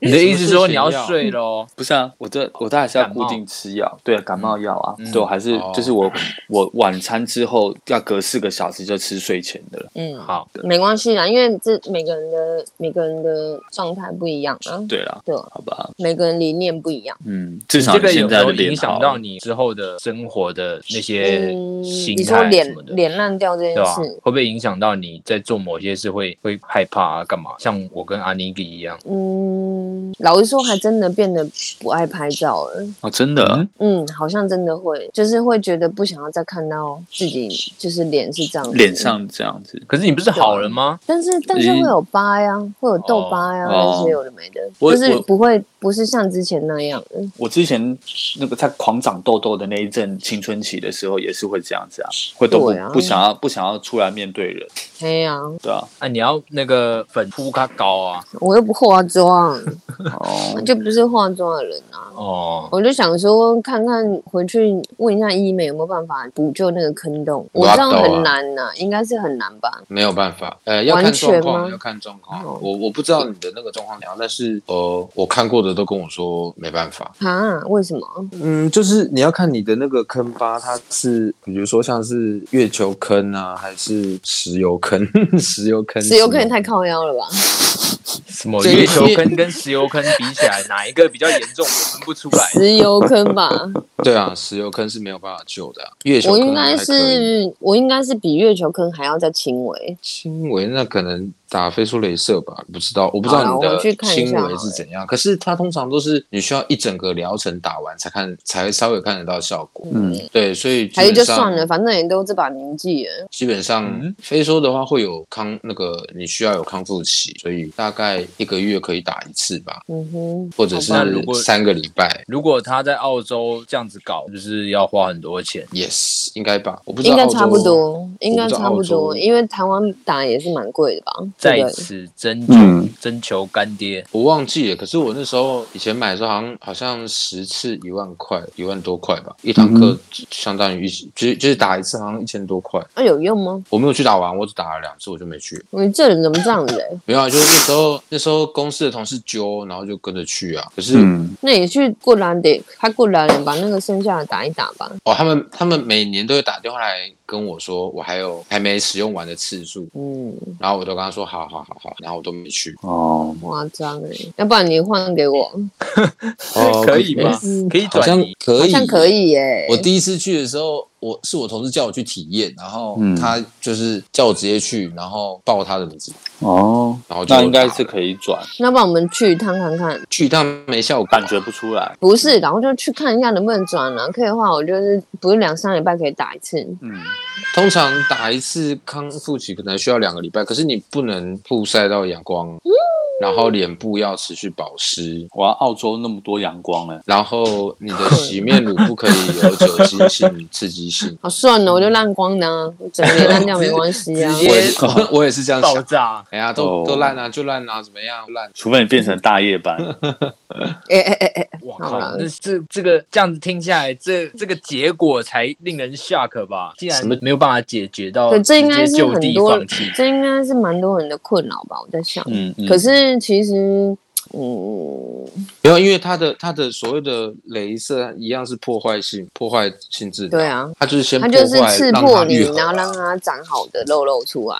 A: 你的意思说你要
C: 什么是
A: 睡喽？
B: 不是啊，我这我都还是要
A: 感
B: 固
A: 冒
B: 定吃药，对，感冒药啊，
A: 嗯
B: 对我还是
A: 哦
B: 就是我我晚餐之后要隔四个小时就吃睡前的了，
D: 嗯，
A: 好，
D: 没关系啦，因为这每个人的每个人的状态不一样啊，
B: 对啦，
D: 对，
B: 好吧，
D: 每个人理念不一样。
B: 嗯，至
A: 你
B: 少
A: 这个
B: 现
A: 有没
B: 在
A: 有
B: 的脸
A: 影响
B: 好
A: 到你之后的生活的那些
D: 嗯，
A: 呃心
D: 你说
A: 态什
D: 脸
A: 么的？
D: 脸烂掉这件
A: 对吧、
D: 事，
A: 会不会影响到你在做某些事会会害怕啊？干嘛？像我跟阿尼基一样，
D: 嗯，老实说，还真的变得不爱拍照了。
B: 哦，真的
A: 嗯，
D: 嗯，好像真的会，就是会觉得不想要再看到自己，就是脸是这样，
B: 脸。上这样子，
A: 可是你不是好了吗？
D: 但是但是会有疤呀，会有痘疤呀，
B: 哦
D: 那些有的没的，
B: 我
D: 就是
B: 我
D: 不会不是像之前那样。嗯
B: 我之前那个在狂长痘痘的那一阵青春期的时候也是会这样子啊，会都不、
D: 对啊
B: 不想要不想要出来面对人，
D: 嘿哎呀，
B: 对啊，
A: 啊，你要那个粉扑它高啊，
D: 我又不化妆，
B: 哦，
D: 就不是化妆的人啊。
A: 哦，
D: 我就想说，看看回去问一下医美有没有办法补救那个坑洞。我知道
B: 啊
D: 很难呐、应该是很难吧？
C: 没有办法，呃，要
D: 完
C: 看
D: 全
C: 状
D: 吗
C: 况，要看状况
D: 哦。
C: 我我不知道你的那个状况怎样，但是呃，我看过的都跟我说没办法。
D: 啊，为什么？
C: 嗯，就是你要看你的那个坑疤，它是比如说像是月球坑啊，还是石油坑？ 石油坑，
D: 石油
B: 啊
D: 可能太靠腰了吧？
A: 什么
C: 这
A: 月球坑跟石油坑比起来，哪一个比较严重？我分不出 来。
D: 石油坑吧？
C: 对啊，石油坑是没有办法救的啊、月球
D: 我
C: 坑
D: 应该
C: 还可以
D: 是我应该是比月球坑还要再轻微。
C: 轻微，那可能打飞梭镭射吧，不知道，我不知
D: 好啦
C: 道你
D: 我
C: 的
D: 去看一下
C: 轻微是怎样。可是它通常都是你需要一整个疗程打完才看，才稍微看得到效果。
B: 嗯，
C: 对，所以基
D: 还是
C: 本
D: 就
C: 上
D: 算了，。反正也都这把年纪了。
C: 基本上
A: 嗯
C: 飞梭的话会有康那个你需要有康复期，所以大概一个月可以打一次吧，
D: 嗯哼，
C: 或者是
A: 那如果
C: 三个礼拜。
A: 如果他在澳洲这样子搞，就是要花很多钱。
C: Yes，应该吧？我不知道
D: 应该
C: 澳洲
D: 差不。多，应该
C: 我不知道
D: 差不
C: 澳
D: 多，
C: 洲
D: 因为台湾打也是蛮贵的吧？
A: 在
D: 对
A: 此征求、
B: 嗯
A: 征求干爹，
C: 我忘记了，可是我那时候以前买的时候，好像好像十次一万块，一万多块吧，一堂
B: 嗯
C: 课相当于一就是就是打一次，好像一千多块。
D: 那、啊有用吗？
C: 我没有去打完，我只打了两次，我就没去。
D: 你这人怎么这样子、欸？
C: 没有啊，就是那时候那时候公司的同事揪，然后就跟着去啊。可是、
B: 嗯，
D: 那你去过兰得，他过兰得把那个剩下的打一打吧。
C: 哦，他们他们每年都会打电话来跟我说，我还有还没使用完的次数，
D: 嗯，
C: 然后我都跟他说好好好好，然后我都没去。
B: 哦，
D: 夸张哎，要不然你换给我，
C: 哦
A: 可以吗？
D: 嗯
A: 可以
C: 好
A: 转
C: 像
A: 移，
C: 可
D: 好
C: 以，
D: 像可。以耶、
C: 我第一次去的时候，我是我同事叫我去体验，然后
B: 嗯
C: 他就是叫我直接去，然后报他的名字，
B: 哦，
C: 然后就
B: 那应该是可以转，
D: 那不然我们去一趟看看。
C: 去一趟没效果，
B: 感觉不出来。
D: 不是，然后就去看一下能不能转啊。可以的话，我就是不是两三礼拜可以打一次。
B: 嗯，
C: 通常打一次康复期可能需要两个礼拜，可是你不能曝晒到阳光，然后脸部要持续保湿，
B: 哇，澳洲那么多阳光哎，
C: 然后你的洗面乳不可以有酒精 性、刺激性。
D: 好，哦算了，我就烂光呢、啊，我整个脸 烂掉没关系啊
A: 直。
C: 我
A: 接
C: 也是， 我也是这样
A: 爆
C: 想。
A: 炸，
C: 哎呀，
B: 哦
C: 都都烂啊，就烂啊，怎么样烂？
B: 除非你变成大夜班，
D: 哎哎哎哎，
A: 哇
D: 好
A: 靠
D: 啦！
A: 那这这个这样子听下来，这这个结果才令人 shock 吧？竟然
C: 什么
A: 没有办法解决到，
D: 对，这应该是
A: 哦就
D: 很
A: 地
D: 多
A: 放弃，，
D: 这应该是蛮多人的困扰吧？我在想，
B: 嗯嗯，
D: 可是其实，嗯，
C: 没有，因为它的它的所谓的镭射一样是破坏性、破坏性治疗。
D: 对啊，
C: 它就是先
D: 它
C: 破
D: 就是
C: 坏，
D: 刺
C: 让
D: 破
C: 它
D: 你
C: 愈，合
D: 然后让
C: 啊。
D: 它长好的肉肉出来。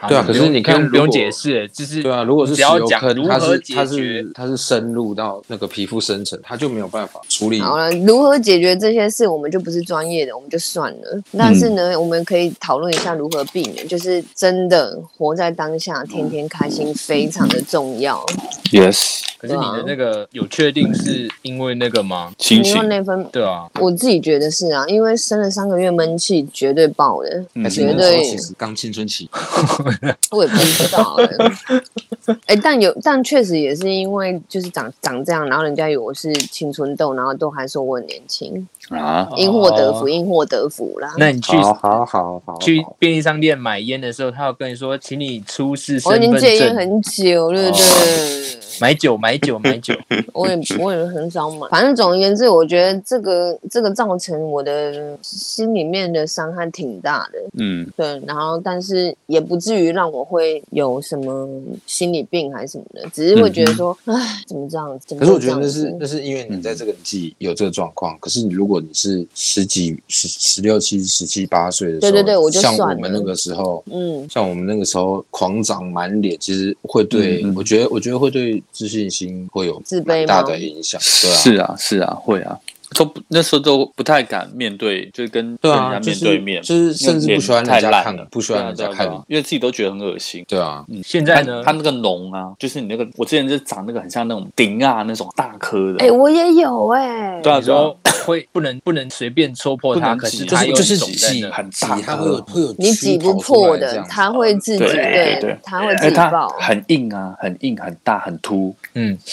A: 好
C: 对啊
A: 不
C: 可是
A: 用
C: 你看
A: 不用不用
C: 如果
A: 解释，就是
C: 对啊，如果是
A: 只要
C: 石油
A: 讲
C: 坑
A: 如
C: 它
A: 何
C: 是
A: 解
C: 它
A: 决
C: 是它是深入到那个皮肤深层，它就没有办法处理。
D: 好了，如何解决这些事，我们就不是专业的，我们就算了。但是呢，我们可以讨论一下如何避免，就是真的活在当下，天天开心非常的重要。
B: yes，
A: 可是你
D: 啊
A: 的那个有确定是因为那个吗？
B: 清
D: 你
B: 醒
D: 用，那份，
A: 对啊，
D: 我自己觉得是啊，因为生了三个月闷气，绝对爆的。
C: 还
B: 嗯
C: 是你
D: 绝
C: 那时
D: 对
C: 候其实刚青春期，
D: 我也不知道、欸， 哎、但有，但确实也是因为就是长长这样，然后人家以为我是青春痘，然后都还说我很年轻，
C: 哦
B: 啊，
D: 因祸得福，因祸得福啦。
A: 那你去
C: 好好好
A: 去便利商店买烟的时候，他有跟你说，请你出示身
D: 我已经
A: 份
D: 戒烟
A: 证，
D: 很久了，对不对？
C: 哦
A: 买酒买酒买 酒，
D: 我也我也很少买，反正总而言之，我觉得这个这个造成我的心里面的伤害挺大的，
B: 嗯，
D: 对，然后但是也不至于让我会有什么心理病还是什么的，只是会觉得说，唉，怎么这样？怎
C: 嗯
D: 么
C: 可是我觉得那
D: 会这样
C: 是
D: 子
C: 那是因为你
B: 嗯
C: 在这个年纪有这个状况，可是你如果你是十几十十六七十七八岁的时候，
D: 对对对我就
C: 像
D: 算
C: 我
D: 了
C: 们那个时候，
D: 嗯，
C: 像我们那个时候狂长满脸，其实会对、
B: 嗯嗯
C: 我觉得我觉得会对自信心会有
D: 自卑
C: 蛮大
D: 吗
C: 的影响，对啊，
B: 是啊是啊，会啊，都不那时候都不太敢面对，就是跟
C: 对
B: 跟
C: 啊，
B: 人家
C: 就
B: 面
C: 是
B: 对面，
C: 就是甚至不喜欢人
B: 太
C: 家
B: 烂
C: 看
B: 了，，
C: 不喜欢人
B: 对啊
C: 家
B: 对啊
C: 看
B: 对
C: 你
B: 啊，因为自己都觉得很恶心。
C: 对啊，
A: 现在
B: 它
A: 呢
B: 它？那个脓啊，就是你那个，我之前就长那个很像那种顶啊那种大颗的，
D: 哎、我也有哎、
B: 对啊
A: 你说会不能不能随便戳破
B: 不
A: 它，
B: 能
A: 可
B: 挤
A: 是
B: 就
A: 它
B: 是
A: 又
C: 就是
A: 肿在
C: 挤
A: 那
B: 很
C: 挤
B: 大，
C: 它会有会有
D: 你
C: 蛆
D: 挤不
C: 跑出
D: 破
C: 来这
D: 的
C: 样，子啊
D: 它会自己
B: 对对对
D: 它会
B: 因
C: 哎
D: 自
B: 为
D: 己
B: 它
D: 爆。
B: 很硬啊，很硬很大很凸，
A: 嗯，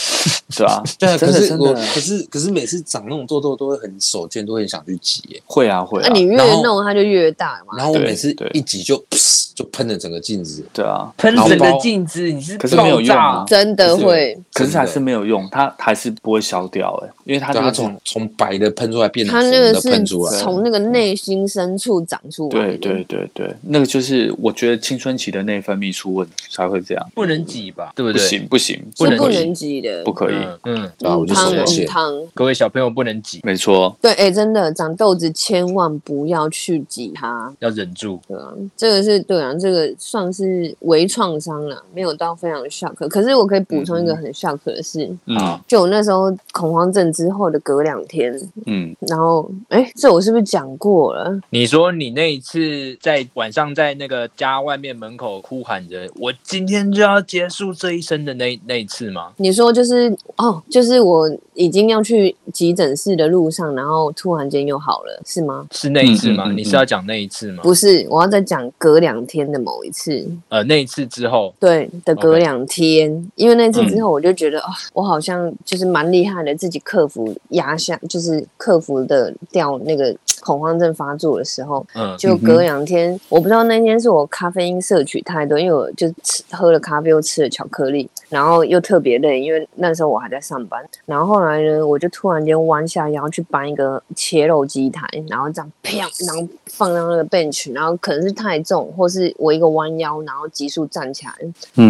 B: 对啊，
C: 对啊，
B: 真
C: 可
B: 的
C: 是
B: 真
C: 我
B: 的
C: 可是可是每次长那种痘痘都会很手贱，都会很想去挤耶。
B: 会啊会
D: 那、
B: 啊，
D: 你越
C: 然后
D: 弄它就越大嘛。
C: 然后我
B: 对
C: 每次
B: 对
C: 一挤就噗就喷了整个镜子，
B: 对啊，
A: 喷整
C: 脑
A: 个
C: 包
A: 镜子，你是
B: 可是没有
A: 爆炸
B: 用啊
D: 真的
B: 可是
D: 会，
B: 可是还
C: 真的
B: 是没有用，它还是不会消掉哎，因为它
C: 对
B: 这
A: 啊
C: 它
B: 个
C: 从从白的喷出来变成
D: 它
C: 红
D: 那个
C: 的
D: 是
C: 喷出来，
D: 从那个内心深处长出来
B: 对
D: 的。
B: 对对对，那个就是我觉得青春期的内分泌出问题才会这样，
A: 不能挤吧？对不
B: 不
A: 对？
B: 行不行，
A: 不
D: 是
A: 能
D: 不
A: 挤
D: 能挤的，
B: 不可以，
A: 嗯嗯，
C: 对啊，我就
D: 汤
C: 手
D: 嗯
C: 在线。
D: 汤。
A: 各位小朋友不能挤，
B: 没错，
D: 对，哎、真的长痘子千万不要去挤它，
A: 要忍住。
D: 对啊，这个是对啊，这个算是微创伤了，没有到非常 shock。可是我可以补充一个很 shock 的事，
B: 嗯
D: 就我那时候恐慌症之后的隔两天，
B: 嗯
D: 然后哎、这我是不是讲过了？
A: 你说你那一次在晚上在那个家外面门口哭喊着“我今天就要结束这一生”的那那一次吗？
D: 你说就是哦，就是我已经要去急诊室的路上，然后突然间又好了，是吗？
A: 是那一次吗？
B: 嗯嗯嗯
A: 你是要讲那一次吗？
D: 不是，我要再讲隔两天的某一次。
A: 呃，那一次之后，
D: 对的隔
A: OK
D: 两天因为那次之后，我就觉得啊、我好像就是蛮厉害的，自己克服压下，就是克服的掉那个恐慌症发作的时候，
A: 嗯，
D: 就隔两天，我不知道那天是我咖啡因摄取太多，因为我就吃喝了咖啡又吃了巧克力，然后又特别累，因为那时候我还在上班。然后后来呢，我就突然间弯下腰去搬一个切肉机台，然后这样啪，然后放到那个 bench，然后可能是太重，或是我一个弯腰，然后急速站起来，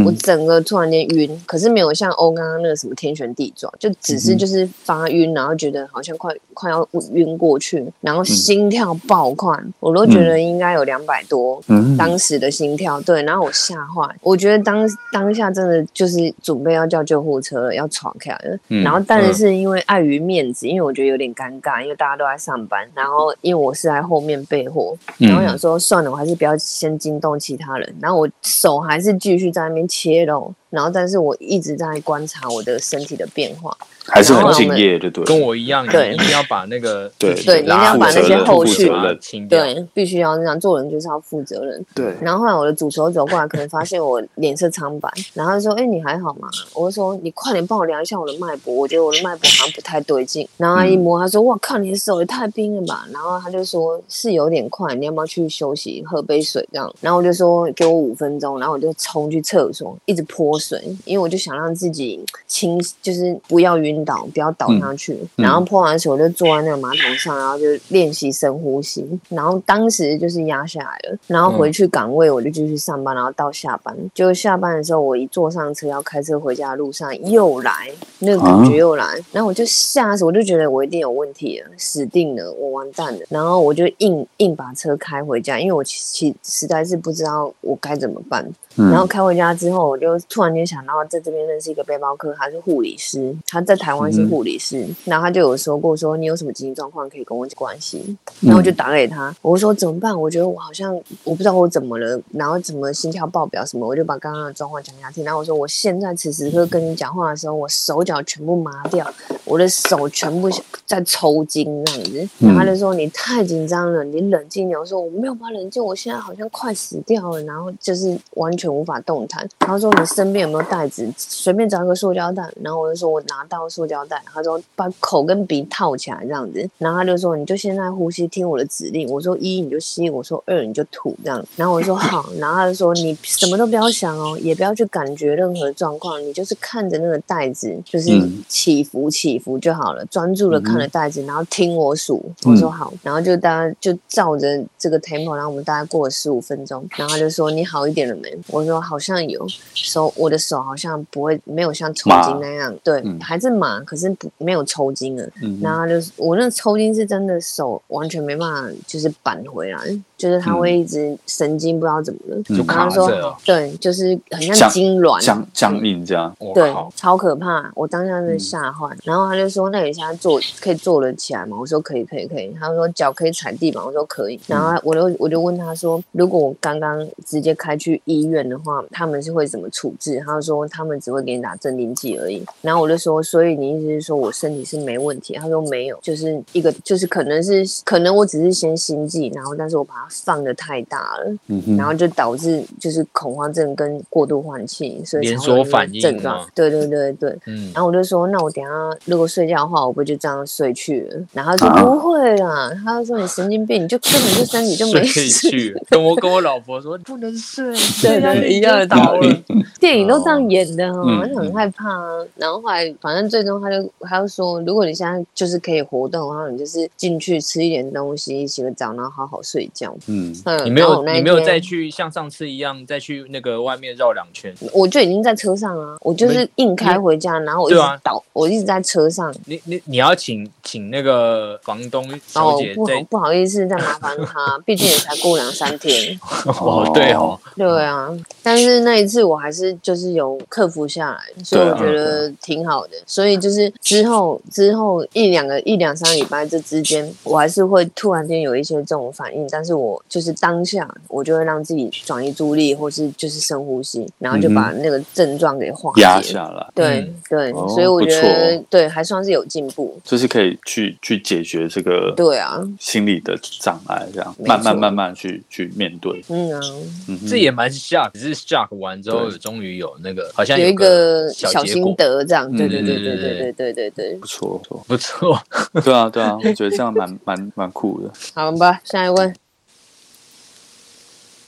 D: 我
B: 嗯，
D: 整个突然间晕，可是没有像欧刚刚那个什么天旋地转，就只是就是发晕，然后觉得好像快快要晕过去，然后心跳爆快，我都觉得应该有两百多。
B: 嗯
D: 当时的心跳，对，然后我吓坏，我觉得当当下真的就是准备要叫救护车了，要闯开了，
A: 嗯
D: 然后但是因为碍于面子，因为我觉得有点尴尬，因为大家都在上班，然后因为我是在后面备货，
B: 嗯
D: 然后想说算了，我还是不要先惊动其他人。然后我手还是继续在那边切肉，然后但是我一直在观察我的身体的变化。
B: 还是很敬业，对不对？
A: 跟我一样，
D: 对
A: 你一定要把那个
B: 对
A: 自己
B: 对
A: 的
B: 你一
A: 拉
D: 定要把那些后续
A: 把它清掉。
D: 对，必须要这样做人就是要负责任。
B: 对，
D: 然后后来我的主球走过来，可能发现我脸色苍白，然后他说：“哎、你还好吗？”我就说：“你快点帮我量一下我的脉搏，我觉得我的脉搏好像不太对劲。”然后他一摸，他说：“哇靠，你的手也太冰了吧！”然后他就说：“是有点快，你要不要去休息，喝杯水这样？”然后我就说：“给我五分钟。”然后我就冲去厕所，一直泼水，因为我就想让自己清，就是不要晕倒，不要倒下去。然后泼完水，我就坐在那个马桶上，然后就练习深呼吸。然后当时就是压下来了，然后回去岗位我就继续上班，然后到下班，就下班的时候，我一坐上车要开车回家的路上又来，那个感觉又来，然后我就吓死，我就觉得我一定有问题了，死定了，我完蛋了。然后我就硬硬把车开回家，因为我其其实在是不知道我该怎么办。然后开回家之后，我就突然间想到，在这边认识一个背包客，他是护理师，他在台湾是护理师，然后他就有说过说你有什么紧急状况可以跟我关心，然后我就打给他，我说怎么办？我觉得我好像我不知道我怎么了，然后怎么心跳爆表什么，我就把刚刚的状况讲给他听，然后我说我现在此时此刻跟你讲话的时候，我手脚全部麻掉，我的手全部在抽筋这样子，然后他就说你太紧张了，你冷静点。我说我没有办法冷静，我现在好像快死掉了，然后就是完全无法动弹。然后说你身边有没有袋子，随便找一个塑胶袋。然后我就说我拿到塑胶袋，他说把口跟鼻套起来这样子，然后他就说你就现在呼吸，听我的指令。我说一你就吸，我说二你就吐这样。然后我就说好，然后他就说你什么都不要想哦，也不要去感觉任何状况，你就是看着那个袋子，就是
B: 嗯
D: 起伏起伏就好了，专注的看着袋子，然后听我数。我说好，然后就大家就照着这个 tempo，然后我们大概过了十五分钟，然后他就说你好一点了没？我说好像有，手我的手好像不会没有像抽筋那样，对，
C: 嗯
D: 还是麻，可是不没有抽筋了。
B: 嗯
D: 然后他就是我那抽筋是真的手完全没办法，就是扳回来，就是他会一直神经不知道怎么了。
B: 嗯
A: 就
D: 然后
A: 卡
D: 他说
A: 着了，
D: 对，就是很像
B: 像
D: 痉挛，
B: 僵僵硬这样，
A: 我
D: 对
A: 靠，，
D: 超可怕！我当下是吓坏，然后他就说：“那你现在坐可以坐得起来吗？”我说：“可以，可以，可以。”他说：“脚可以踩地板。”我说：“可以。”然后我就我就问他说：“如果我刚刚直接开去医院的话，他们是会怎么处置？”他说：“他们只会给你打镇定剂而已。”然后我就说：“所以你意思是说我身体是没问题？”他说：“没有，就是一个就是可能是可能我只是先心悸，然后但是我把它放的太大了，
B: 嗯哼
D: 然后就导致就是恐慌症跟过度换气，所以才
A: 连
D: 会
A: 锁
D: 有那个
A: 反应
D: 症状
A: 嘛。
D: 对对对对。
A: 嗯，
D: 然后我就说，那我等一下如果睡觉的话，我不就这样睡去了？然后他说、
B: 啊
D: 不会啦，他就说你神经病，你就根本就身体就
A: 睡
D: 没
A: 去
D: 事。
A: 去，跟我跟我老婆说你不能睡，
D: 对
A: 睡下
D: 对
A: 去
D: 一样的
A: 你就倒
D: 道理
A: 了。
D: 电影都这样演的哦，
B: 嗯
D: 我就很害怕啊。然后后来，反正最终他就他就说，如果你现在就是可以活动的话，你就是进去吃一点东西，洗个澡，然后好好睡觉。
B: 嗯
D: 嗯，
A: 你没
D: 然后
A: 有
D: 我那一
A: 你没有
D: 天
A: 再去像上次一样再去那个外面绕两圈，
D: 我就已经在车上啊，我就是硬开回家，然后我一直
A: 对啊
D: 倒，我一直在车上，
A: 你你你要请请那个房东
D: 然后
A: 小
D: 我
A: 姐
D: 不好
A: 再
D: 不好意思再麻烦 他，毕竟也才过两三天，
A: 哦对哦，
D: 对啊。但是那一次我还是就是有克服下来，所以
B: 对
D: 我
B: 啊
D: 觉得挺好的。所以就是之后之后一两个一两三礼拜这之间，我还是会突然间有一些这种反应，但是我就是当下我就会让自己转移注意力，或是就是深呼吸，然后就把那个症状给化解
B: 哦压下来。
D: 对、
A: 嗯
D: 对、
B: 哦
D: 所以我觉
B: 不
D: 得对还算是有进步。
B: 就是可以去去解决这个
D: 对啊，
B: 心理的障碍，这样
D: 没错
B: 慢慢慢慢去去面对。
D: 嗯啊，
B: 嗯哼，
A: 这也蛮 shock，只是 shock 完之后
B: 对
A: 终于有那个好像
D: 有一
A: 个
D: 小
A: 结果
D: 心，得这样，对
B: 嗯
D: 对对对
A: 对
D: 对对对对对。
B: 不错，不错，
A: 不错。
B: 对啊，对啊，我觉得这样蛮蛮蛮酷的。
D: 好吧，下一位，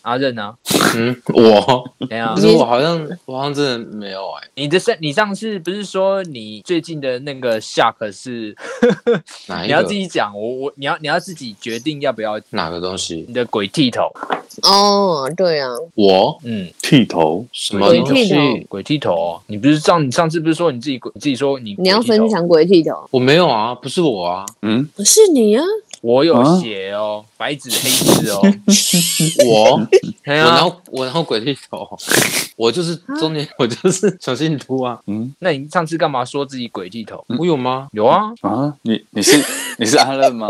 A: 阿任啊，
C: 嗯， 我
A: 怎样
C: 可？是我好像我好像真的没有哎、
A: 你的上你上次不是说你最近的那个 shock 是
C: 哪一
A: 你要自
C: 个
A: 己讲，我我你要你要自己决定要不要
C: 哪个东西？
A: 你的鬼剃头，
D: 哦，对啊，
C: 我
A: 嗯，
B: 剃头
C: 什么
D: 鬼
C: 东
D: 剃头
C: 西？
A: 鬼剃头哦，你不是上你上次不是说你自己鬼你自己说你
D: 你要
A: 鬼剃头哦
D: 分，享鬼剃头，
C: 我没有啊，不是我啊，
B: 嗯，
D: 是你啊？
A: 我有
B: 啊
A: 写哦，白纸黑 字哦，
C: 我
A: 哎
C: 我然
B: 啊
A: 呀，
C: 后我然后鬼剃头，我就是中年，我就是 小信徒啊，
B: 嗯
A: 那你上次干嘛说自己鬼剃头？
C: 我有吗？
A: 有啊，
B: 啊，你你 是你是阿乐吗？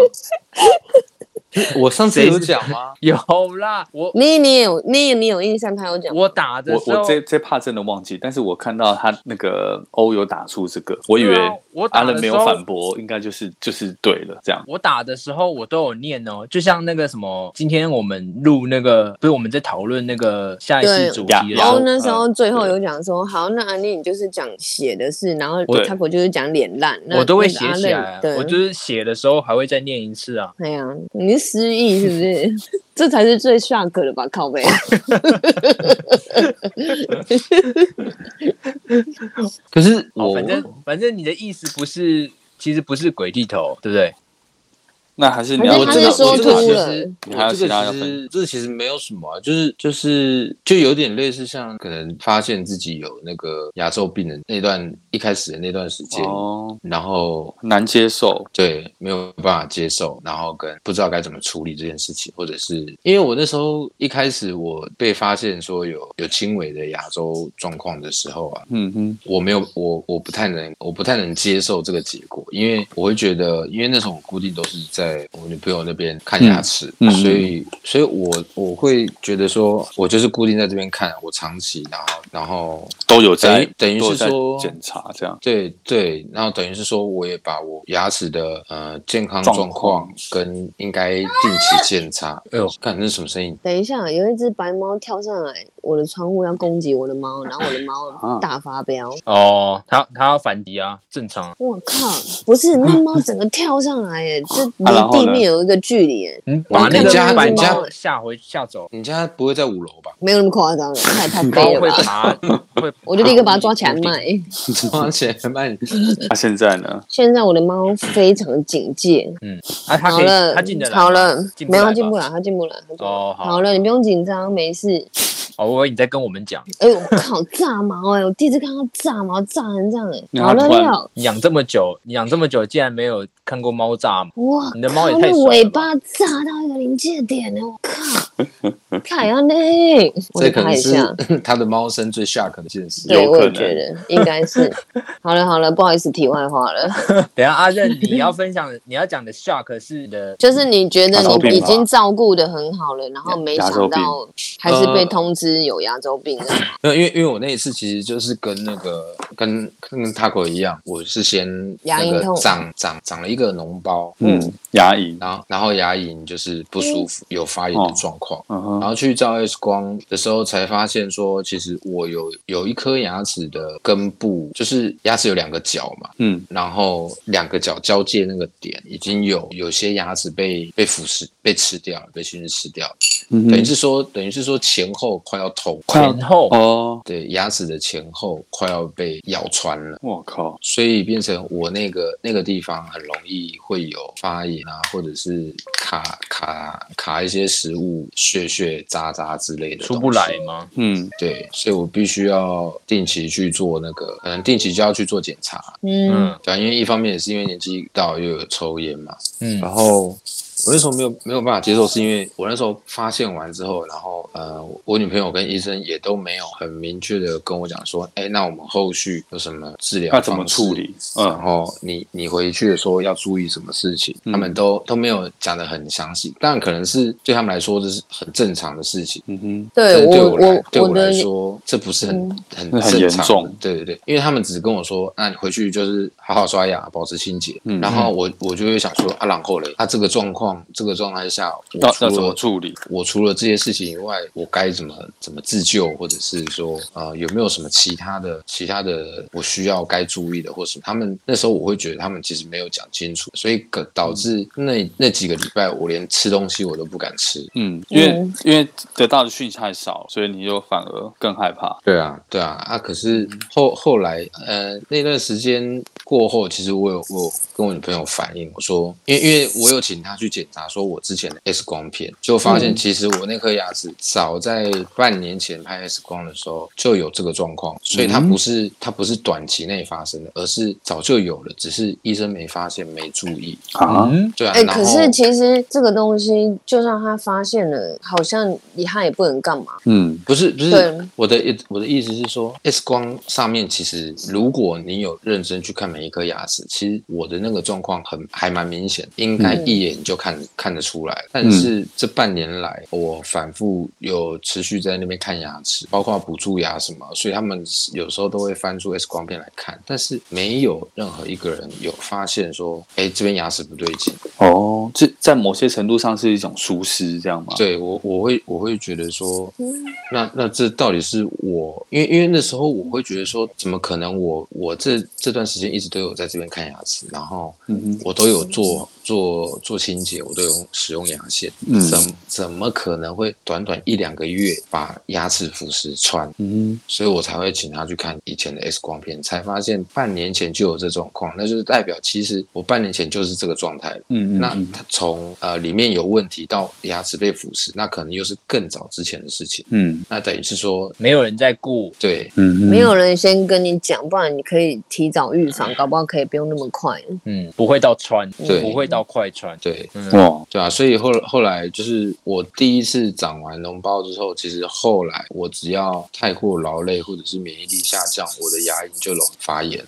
C: 我上次
A: 谁是
C: 有讲吗？
A: 有啦，我
D: 你你有你你有印象他有讲吗？
A: 我打 的
B: 我
A: 时候
B: 我，这这怕真的忘记，但是我看到他那个欧有打出这个，我以
A: 对啊
B: 为
A: 我
B: 阿
A: 打
B: 乐
A: 的时
B: 没有
A: 候
B: 反驳，应该就是就是对了这样。
A: 我打的时候我都有念哦，就像那个什么，今天我们录那个，不是我们在讨论那个下一次
D: 对
A: 主
B: 呀
A: 题的时
D: 然
A: 候
D: 后
B: 呀，
D: 哦那时候最后
B: 对
D: 有讲说，好，那安妮你就是讲写的事，然后
B: 对
D: Taco 就是讲脸烂，那
A: 我都会
D: 那个
A: 写
D: 阿
A: 起来啊
D: 乐，对，
A: 我就是写的时候还会再念一次啊。
D: 哎呀，你是失忆是不是？ 这才是最 shock 的吧，靠背。
C: 可是
A: 哦，
C: 我
A: 反正反正你的意思不是，其实不是鬼剃头，对不对？
B: 那还是你
D: 反
B: 要
C: 我
D: 正他
C: 这
D: 是
C: 个
D: 说
C: 我这个
D: 秃
C: 其
D: 了
C: 实
B: 你还有
C: 我
B: 其
C: 嗯这
B: 他要
C: 个
B: 分
C: 其实这个其实没有什么啊，就是就是就有点类似像可能发现自己有那个牙周病的那段一开始的那段时间，
B: 哦，
C: 然后
B: 难接受。
C: 对，没有办法接受，然后跟不知道该怎么处理这件事情，或者是因为我那时候一开始我被发现说有有轻微的牙周状况的时候啊，
B: 嗯哼，
C: 我没有我我不太能我不太能接受这个结果，因为我会觉得，因为那时候我固定都是在我女朋友那边看牙齿，
B: 嗯嗯
C: 所以所以我我会觉得说，我就是固定在这边看，我长期然后然后
B: 都有在
C: 等于等于
B: 都有
C: 是
B: 在
C: 说
B: 检查这样。
C: 对对，然后等于是说，我也把我牙齿的呃健康
B: 状
C: 状况
B: 况
C: 跟应该定期检查。哎呦，看那是什么声音？
D: 等一下，有一只白猫跳上来我的窗户要攻击我的猫，然后我的猫
B: 啊
D: 大发飙。
A: 哦，他他要反击啊，正常啊。
D: 我靠，不是那猫整个跳上来耶，这
B: 啊然
D: 离
B: 后
D: 地
B: 呢
D: 面有一个距离耶，
A: 嗯，
D: 我？
A: 把那
C: 看
A: 个
C: 到那
A: 板
C: 只猫
A: 桥吓回吓走，
C: 你家不会在五 楼吧
D: 没有那么夸张的，太太
A: 猫
D: 悲了
A: 会啊
D: 吧。
A: 爬，会
D: 我就立刻把它抓起来卖。
C: 而且慢，
B: 那、现在呢？
D: 现在我的猫非常警戒。
A: 啊，他
D: 好
A: 可以，
D: 了
A: 他进得，来，
D: 好了
A: 进，不
D: 没有
A: 来
D: 它进
A: 吧
D: 不来，它进不来。它进不来
A: 哦好
D: 好了，你不用紧张，没事。
A: 哦，我以为你在跟我们讲，
D: 哎呦，我靠，炸毛哎、我第一次看到炸毛炸成这样 哎、
B: 然后
D: 好了
B: 突然
D: 了，
A: 你养这么久，你养这么久竟然没有看过猫炸吗？
D: 哇，
A: 你的猫也
D: 靠
A: 太
D: 那
A: 爽了
D: 尾
A: 吧
D: 巴炸到一个临界点呢、我靠，太阳嘞！我
C: 这
D: 得
C: 可
D: 拍
C: 能
D: 一
C: 是
D: 下，
C: 他的猫生最 shock 的一件事。
D: 对，
B: 有可
D: 我也
B: 能
D: 觉得应该是。好了好了，不好意思，题外话了，
A: 等一下阿任，你要分享你要讲的 shock 是你 的
D: 就是你觉得
B: 牙周病
D: 你已
B: 吧
D: 经照顾的很好了，然后没
B: 牙周病
D: 想到还是被
C: 呃
D: 通知有牙周病了。
C: 没有，因为因为我那一次其实就是跟那个跟跟 Taco 一样，我是先
D: 牙
C: 那
D: 龈
C: 个
D: 痛
C: 长长长了一个脓包，
B: 嗯，牙龈。
C: 然后然后牙龈就是不舒服，
D: 嗯
C: 有发炎的
B: 哦
C: 状况。
B: 嗯哼，
C: 然后去照 X 光的时候，才发现说，其实我有有一颗牙齿的根部，就是牙齿有两个角嘛，
B: 嗯，
C: 然后两个角交界那个点已经有有些牙齿被被腐蚀、被吃掉了、被细菌吃掉了，
B: 嗯哼
C: 等于是说，等于是说前后快要通，
B: 快要
A: 前后
B: 哦，
C: 对牙齿的前后快要被咬穿了。
B: 我靠，
C: 所以变成我那个那个地方很容易会有发炎啊，或者是卡卡卡一些食物、屑屑、渣渣之类的，
A: 出不来。吗？
B: 嗯，
C: 对，所以我必须要定期去做那个，可能定期就要去做检查。
D: 嗯，
A: 嗯
C: 对啊，因为一方面也是因为年纪到又有抽烟嘛，
A: 嗯，
C: 然后我那时候没有没有办法接受，是因为我那时候发现完之后，然后呃，我女朋友跟医生也都没有很明确的跟我讲说，哎，那我们后续有什么治疗
B: 要怎么
C: 方式
B: 处理？
C: 然
B: 嗯，
C: 后你你回去的时候要注意什么事情，
B: 嗯
C: 他们都都没有讲的很详细，但可能是对他们来说这是很正常的事情。
B: 嗯哼，
D: 对
C: 但
D: 我
C: 对来对
D: 我
C: 我
D: 的嗯
C: 来说，这不是很、很
B: 那很
C: 正
B: 严
C: 常的
B: 重
C: 对对对，因为他们只跟我说，啊那你回去就是好好刷牙，保持清洁。
B: 嗯
C: 然后我我就会想说，啊，然后嘞，他、这个状况况这个状态下，我
B: 要
C: 除
B: 要怎么
C: 了
B: 处理？
C: 我除了这些事情以外，我该怎么怎么自救，或者是说，呃，有没有什么其他的其他的我需要该注意的，或什么？他们那时候我会觉得他们其实没有讲清楚，所以可
D: 嗯
C: 导致那那几个礼拜我连吃东西我都不敢吃。
B: 嗯，因为、
D: 嗯
B: 因为得到的讯息太少，所以你就反而更害怕。
C: 对啊，对啊，啊，可是
D: 嗯
C: 后后来，呃，那段时间过后，其实我有我有跟我女朋友反映，我说，因为因为我有请她去检查，说我之前的 X 光片，就发
D: 嗯
C: 现其实我那颗牙齿早在半年前拍 X 光的时候就有这个状况，所以它
D: 嗯
C: 不是它不是短期内发生的，而是早就有了，只是医生没发现没注意。
B: 啊
A: 嗯，
C: 对啊，
D: 哎、
C: 然后
D: 可是其实这个东西，就算他发现了，好像也他也不能干嘛。
B: 嗯
C: 不是不
D: 对
C: 是，我的意我的意思是说，X 光上面其实，如果你有认真去看每一颗牙齿，其实我的那个状况很还蛮明显，应该
D: 嗯
C: 一眼就看、看得出来。但是这半年来，我反复有持续在那边看牙齿，包括补蛀牙什么，所以他们有时候都会翻出 X 光片来看，但是没有任何一个人有发现说，哎，这边牙齿不对劲。
B: 哦，这在某些程度上是一种疏失，这样吗？，
C: 对我我会我会觉得说，
D: 嗯
C: 那那这到底是我？因为因为那时候我会觉得说，怎么可能我我这这段时间一直都有在这边看牙齿，然后
B: 嗯哼
C: 我都有做做做清洁，我都有使用牙线，
B: 嗯
C: 怎怎么可能会短短一两个月把牙齿腐蚀穿？
B: 嗯
C: 所以我才会请他去看以前的 X 光片，才发现半年前就有这状况，那就是代表其实我半年前就是这个状态了。
B: 哼嗯嗯，
C: 那
B: 嗯
C: 它从呃里面有问题到牙齿被腐蚀，那可能又是更早之前的事情。
B: 嗯
C: 那等于是说，
A: 没有人在顾，
C: 对
B: 嗯，
D: 没有人先跟你讲，不然你可以提早预防，搞不好可以不用那么快。
A: 嗯，不会到穿，
C: 对
A: 不会到快穿，
C: 对
A: 嗯，
B: 哇，
C: 对啊，所以后后来就是我第一次长完脓包之后，其实后来我只要太过劳累或者是免疫力下降，我的牙龈就容易发炎，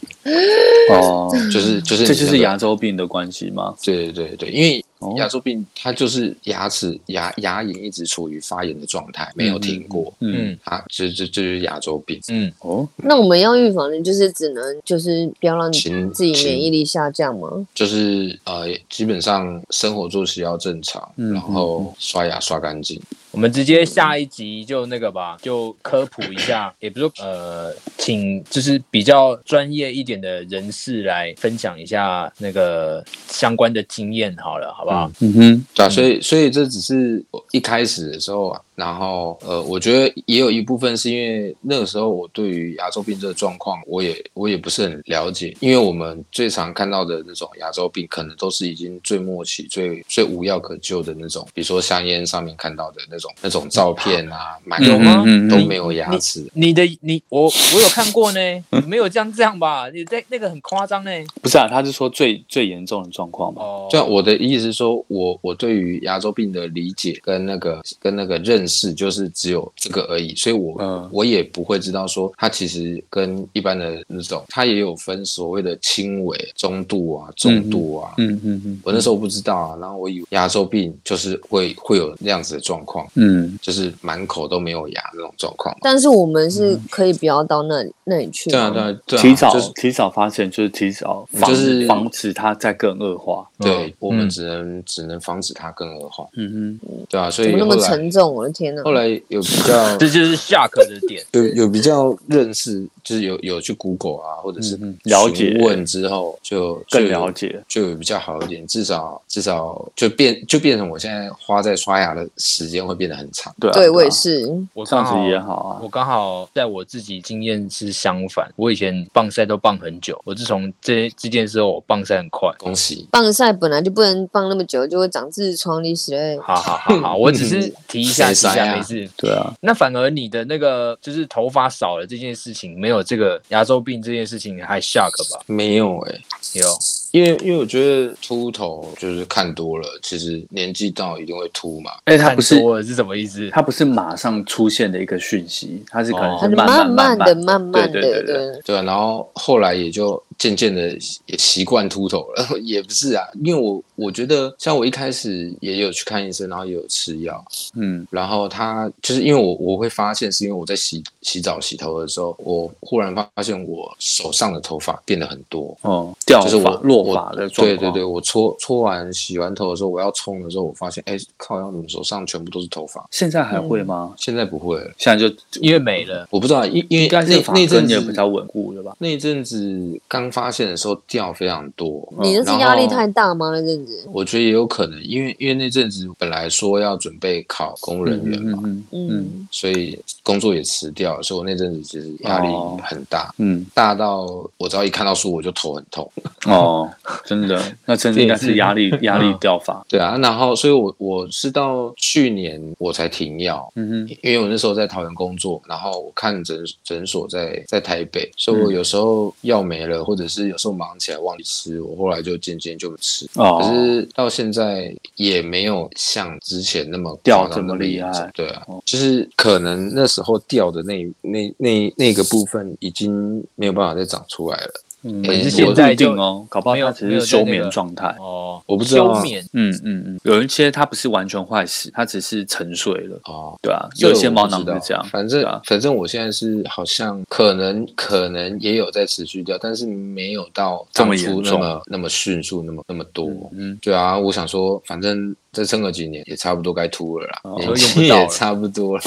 B: 哦，
C: 就是就是
B: 这
C: 你
B: 就
C: 那
B: 是
C: 个
B: 牙周病的关系吗？
C: 对对对对，因为
B: 哦
C: 牙周病它就是牙齿牙牙龈一直处于发炎的状态，没有停过。
B: 嗯
A: 嗯
C: 啊，这这这就是牙周病，
A: 嗯，
B: 哦，
D: 那我们要预防的，就是只能就是不要让
C: 勤
D: 自己
C: 勤
D: 免疫力下降嘛。
C: 就是呃，基本上生活作息要正常，
B: 嗯
C: 然后刷牙刷干净。
A: 我们直接下一集就那个吧，就科普一下， 也不是说呃，请就是比较专业一点的人士来分享一下那个相关的经验好了，好不好？
B: 嗯哼，
C: 对啊，所以所以这只是我一开始的时候啊，然后呃，我觉得也有一部分是因为那个时候我对于牙周病这个状况，我也我也不是很了解，因为我们最常看到的那种牙周病，可能都是已经最末期、最最无药可救的那种，比如说香烟上面看到的那种那种照片啊，买
A: 有吗
B: 嗯嗯嗯
C: 都没有牙齿，
A: 你的你我我有看过呢，你没有这样这样吧？你在那个很夸张呢。
B: 不是啊，他是说最最严重的状况嘛。
A: 哦，
C: 对啊，我的意思是说，我我对于牙周病的理解跟那个跟那个认识，就是只有这个而已，所以我、
B: 嗯
C: 我也不会知道说它其实跟一般的那种，它也有分所谓的轻微、中度啊、重度啊。
B: 嗯嗯嗯
C: 我那时候不知道啊，然后我以为牙周病就是会会有那样子的状况，
B: 嗯，
C: 就是满口都没有牙那种状况嘛。
D: 但是我们是
B: 嗯
D: 可以不要到那里、那里去。
C: 对啊，对。啊，对啊，
B: 提早
C: 就是
B: 提早发现就是提早防
C: 就是
B: 防止它再更恶化。
C: 对，我们
A: 嗯
C: 只能只能防止它更恶化，
B: 嗯哼，
C: 对啊，所
D: 怎
C: 以
D: 么那
C: 后
D: 么
C: 来
D: 沉重？我的天哪！
C: 后来有比 较
A: 这就是下课的点。
C: 有有比较认识，就是有有去 Google 啊，或者是
B: 嗯嗯了解
C: 询问之后就，就
B: 更了解。
C: 就有比较好一点，至少至少就变就变成我现在花在刷牙的时间会变得很长。
B: 对啊，
D: 对
B: 啊
D: 我也，是，
A: 我刚
B: 上
A: 好
B: 次也好啊
A: 我。刚好在我自己经验是相反，我以前棒赛都棒很久，我自从这这件事后，我棒赛很快。
C: 恭喜，
D: 棒晒本来就不能棒那么久，就会长痔疮，你死嘞。
B: 哦
A: 好好好好，我只是提一下提一
C: 谁塞
A: 下，
C: 啊
A: 没事。
B: 对啊，
A: 那反而你的那个就是头发少了这件事情，没有这个牙周病这件事情还 shock 吧？
C: 没有哎、
A: 有，
C: 因为因为我觉得秃头就是看多了，其实年纪到一定会秃嘛。
B: 哎，它不是
A: 看多了是什么意思？
B: 它不是马上出现的一个讯息，它是可能
A: 哦
D: 它
B: 是
D: 就
B: 慢
D: 慢
B: 慢
D: 慢的、
B: 慢
D: 慢慢的，
B: 对对对对
D: 对
C: 对啊，然后后来也就渐渐的也习惯秃头了， 也不是啊，因为我我觉得像我一开始也有去看医生，然后也有吃药，
B: 嗯，
C: 然后他就是因为我我会发现，是因为我在洗洗澡洗头的时候，我忽然发现我手上的头发变得很多，
B: 哦，掉
C: 就是
B: 发
C: 我
B: 落
C: 我
B: 发的状况，
C: 对对对，，我搓搓完洗完头的时候，我要冲的时候，我发现哎靠，要怎么手上全部都是头发？
B: 现在还会吗？
C: 现在不会了，
B: 现在就
A: 因为没了。
C: 我不知道，因因为
B: 应该是
C: 那
B: 发
C: 那阵
B: 根
C: 子
B: 也比较稳固的吧？
C: 那一阵子刚发现的时候掉非常多，
D: 你那
C: 然
B: 哦
D: 是
C: 后
D: 压力太大吗？那阵子，
C: 我觉得也有可能，因为因为那阵子本来说要准备考公务人员嘛，
B: 嗯嗯
D: 嗯，
C: 所以工作也辞掉了，所以我那阵子其实压力
B: 哦
C: 很大，
B: 嗯
C: 大到我只要一看到书我就头很痛。
B: 嗯，哦，真的， 嗯那真的应该是压 力压力掉发，
C: 对啊，然后所以我我是到去年我才停药。
B: 嗯哼，
C: 因为我那时候在桃园工作，然后我看诊诊所在在台北，所以我
B: 嗯
C: 有时候药没了，或者是有时候忙起来忘记吃，我后来就渐渐就不吃。
B: 哦，
C: 可是到现在也没有像之前那么
B: 掉
C: 夸张
B: 这么
C: 那
B: 厉害
C: 严重对啊
B: 哦，
C: 就是可能那时候掉的那那那那个部分已经没有办法再长出来了。
B: 嗯
C: 可是
B: 我
A: 现在
B: 不一定
A: 就
B: 哦，搞不好
A: 没有
B: 他只
A: 没有
B: 是
A: 在
B: 休
A: 那
B: 眠
A: 个
B: 状态。
A: 哦，
C: 我不知道啊
A: 休眠
B: 嗯嗯嗯，有一些他不是完全坏死，他只是沉睡了，
C: 哦，
B: 对啊，
C: 这
B: 有
C: 个
B: 一些
C: 我
B: 毛
C: 不
B: 囊
C: 知道
B: 是这样，
C: 反正、
B: 对啊
C: 反正我现在是好像可能可能也有在持续掉，但是没有到
B: 这么
C: 当初
B: 严
C: 那
B: 重
C: 么那么迅速，那么那么多。
B: 嗯，
C: 对啊，我想说，反正再撑个几年也差不多该秃了啦，
B: 哦
C: 年
A: 都用不
C: 纪
A: 到
C: 也
A: 了
C: 差不多 了。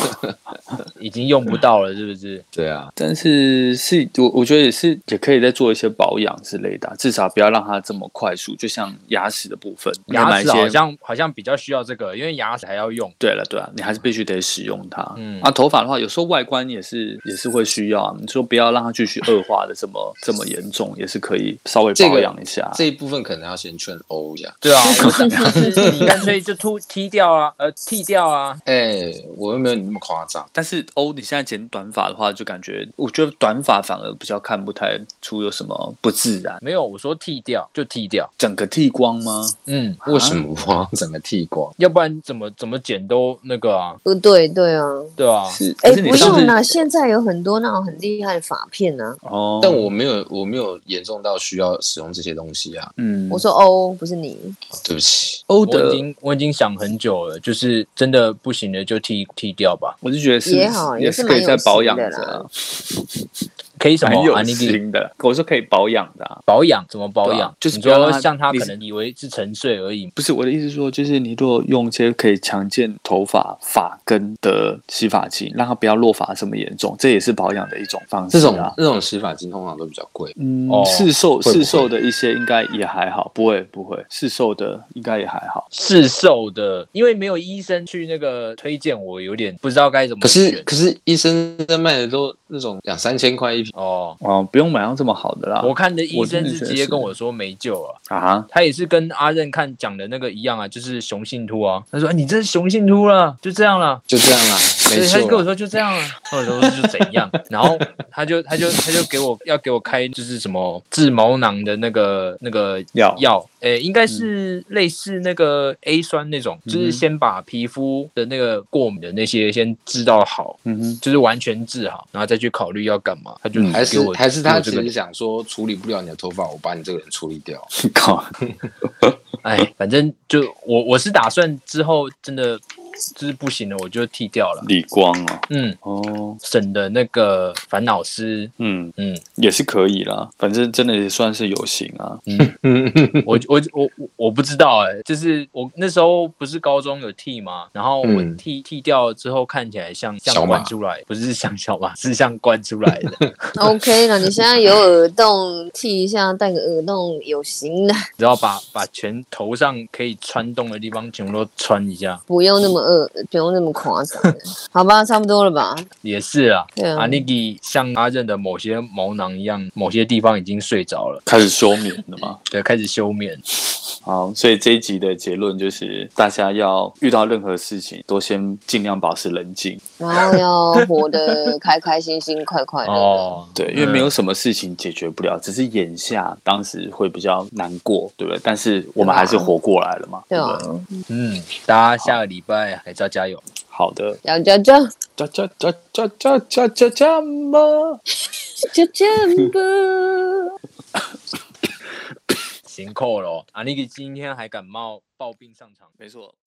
A: 已经用不到了，是不是？
C: 对啊，
B: 但是是我我觉得也是也可以再做一些保养之类的啊、至少不要让它这么快速。就像牙齿的部分，你要
A: 牙
B: 买一
A: 齿好
B: 些。
A: 像好像比较需要这个，因为牙齿还要用。
B: 对了，对啊，你还是必须得使用它。
A: 嗯
B: 啊，头发的话，有时候外观也是也是会需要啊。你说不要让它继续恶化的这么这么严重，也是可以稍微
C: 这
B: 保
C: 个
B: 养一下。啊
C: 这一部分可能要先劝欧一下。
A: 对啊，我想就是你干脆就秃剃掉啊，呃，剃掉啊。
C: 哎、我又没有你那么夸张。
B: 但是哦欧，你现在剪短发的话，就感觉我觉得短发反而比较看不太出有什么不自然。
A: 没有，我说剃掉就剃掉。
B: 整个剃光吗？
A: 嗯，
B: 啊
C: 为什么我要整个剃
B: 哦
C: 光？
A: 要不然怎么怎么剪都那个啊，
D: 不对，对啊，
A: 对啊。
B: 是，
D: 哎，
B: 可是你
D: 不
B: 上次
D: 用啦，现在有很多那种很厉害的发片啊。
B: 哦，
C: 但我没有，我没有严重到需要使用这些东西啊。
B: 嗯，
D: 我说哦，不是你，
C: 对不起，
B: 欧
A: 我已
B: 的，
A: 经我已经想很久了，就是真的不行了就剃剃掉吧。
B: 我是觉得是
D: 也好
B: 也
D: 也是
B: 可以
D: 蛮有
B: 再保
D: 心
B: 养
D: 的
B: 着啊，
A: 可以什
B: 蛮
A: 么？啊，
B: 有
A: 你给
B: 心的。我说可以保养的啊，
A: 保养怎么保
B: 对
A: 养
B: 啊？就是
A: 你
B: 不要让它
A: 说像他
B: 你
A: 可能以为是沉睡而已，
B: 不是我的意思是说，就是你如果用一些可以强健头发发根的洗发精，让它不要落发这么严重，这也是保养的一种方式
C: 这种
B: 啊。
C: 这种洗发精通常都比较贵。
B: 嗯
A: 哦，
B: 市售
C: 会不会
B: 市售的一些应该也还好，不会不会，市售的应该也还好。
A: 市售的，因为没有医生去那个推荐，我有点不知道该怎么
C: 可
A: 选。
C: 是可是医生在卖的都那种两三千块一瓶，
A: 哦，
B: 哦，不用买到这么好的啦。
A: 我看的医
B: 啊我真
A: 生是
B: 的觉得
A: 直接
B: 是
A: 跟我说没救了。
B: 啊，
A: 他也是跟阿任看讲的那个一样啊，就是雄性秃啊。他说：“哎你这是雄性秃了，就这样了。”
C: 就这样啦，没
A: 对，他就跟
C: 错
A: 我
C: 啦。
A: 说就这样啊， 或者说就怎样，然后他就他就他就给我要给我开就是什么治毛囊的那个那个
B: 药
A: 药，诶，应
C: 嗯
A: 该是类似那个 A 酸那种，就
B: 嗯哼
A: 是先把皮肤的那个过敏的那些先治到好，
B: 嗯哼，
A: 就是完全治好，然后再去考虑要干嘛。他就
B: 嗯
C: 还
A: 给
C: 是
A: 我
C: 还是
A: 给
C: 他
A: 我这
C: 其
A: 个
C: 实，想说处理不了你的头发，我把你这个人处理掉。
B: 靠，
A: 哎，反正就我我是打算之后真的就是不行了，我就剃掉了。
B: 理光哦，
A: 嗯，
B: 哦，
A: 省的那个烦恼丝。
B: 嗯，
A: 嗯，
B: 也是可以啦，反正真的也算是有型啊。
A: 嗯我我我我我不知道哎、就是我那时候不是高中有剃嘛，然后我
C: 嗯
A: 剃、剃掉了之后看起来像
C: 小
A: 像
C: 马
A: 关出来，不是像小马，是像关出来 的，
D: OK 了，你现在有耳洞，剃一下，戴个耳洞，有型的，
A: 然后把把全头上可以穿洞的地方全部都穿一下，
D: 不用那么恶，不用那么夸张，好吧，差不多了吧？
A: 也是啊。
D: 对啊
A: 阿尼基像阿任的某些毛囊一样，某些地方已经睡着了，
B: 开始休眠了 嘛？
A: 对，开始休眠。
B: 好，所以这一集的结论就是，大家要遇到任何事情都先尽量保持冷静，
D: 然后要活得开开心心、快快乐乐。
A: 哦，
B: 对，因为没有
A: 嗯
B: 什么事情解决不了，只是眼下当时会比较难过，对不对？但是我们还是活过来了嘛，
D: 对
B: 不
D: 啊
B: 对？
A: 嗯，大家下个礼拜还是要加油。
B: 好的，
D: 要加加，
B: 加加加加加加加加吗？
D: 就这不。
A: 行扣了哦。阿尼基今天还感冒抱病上场。
B: 没错，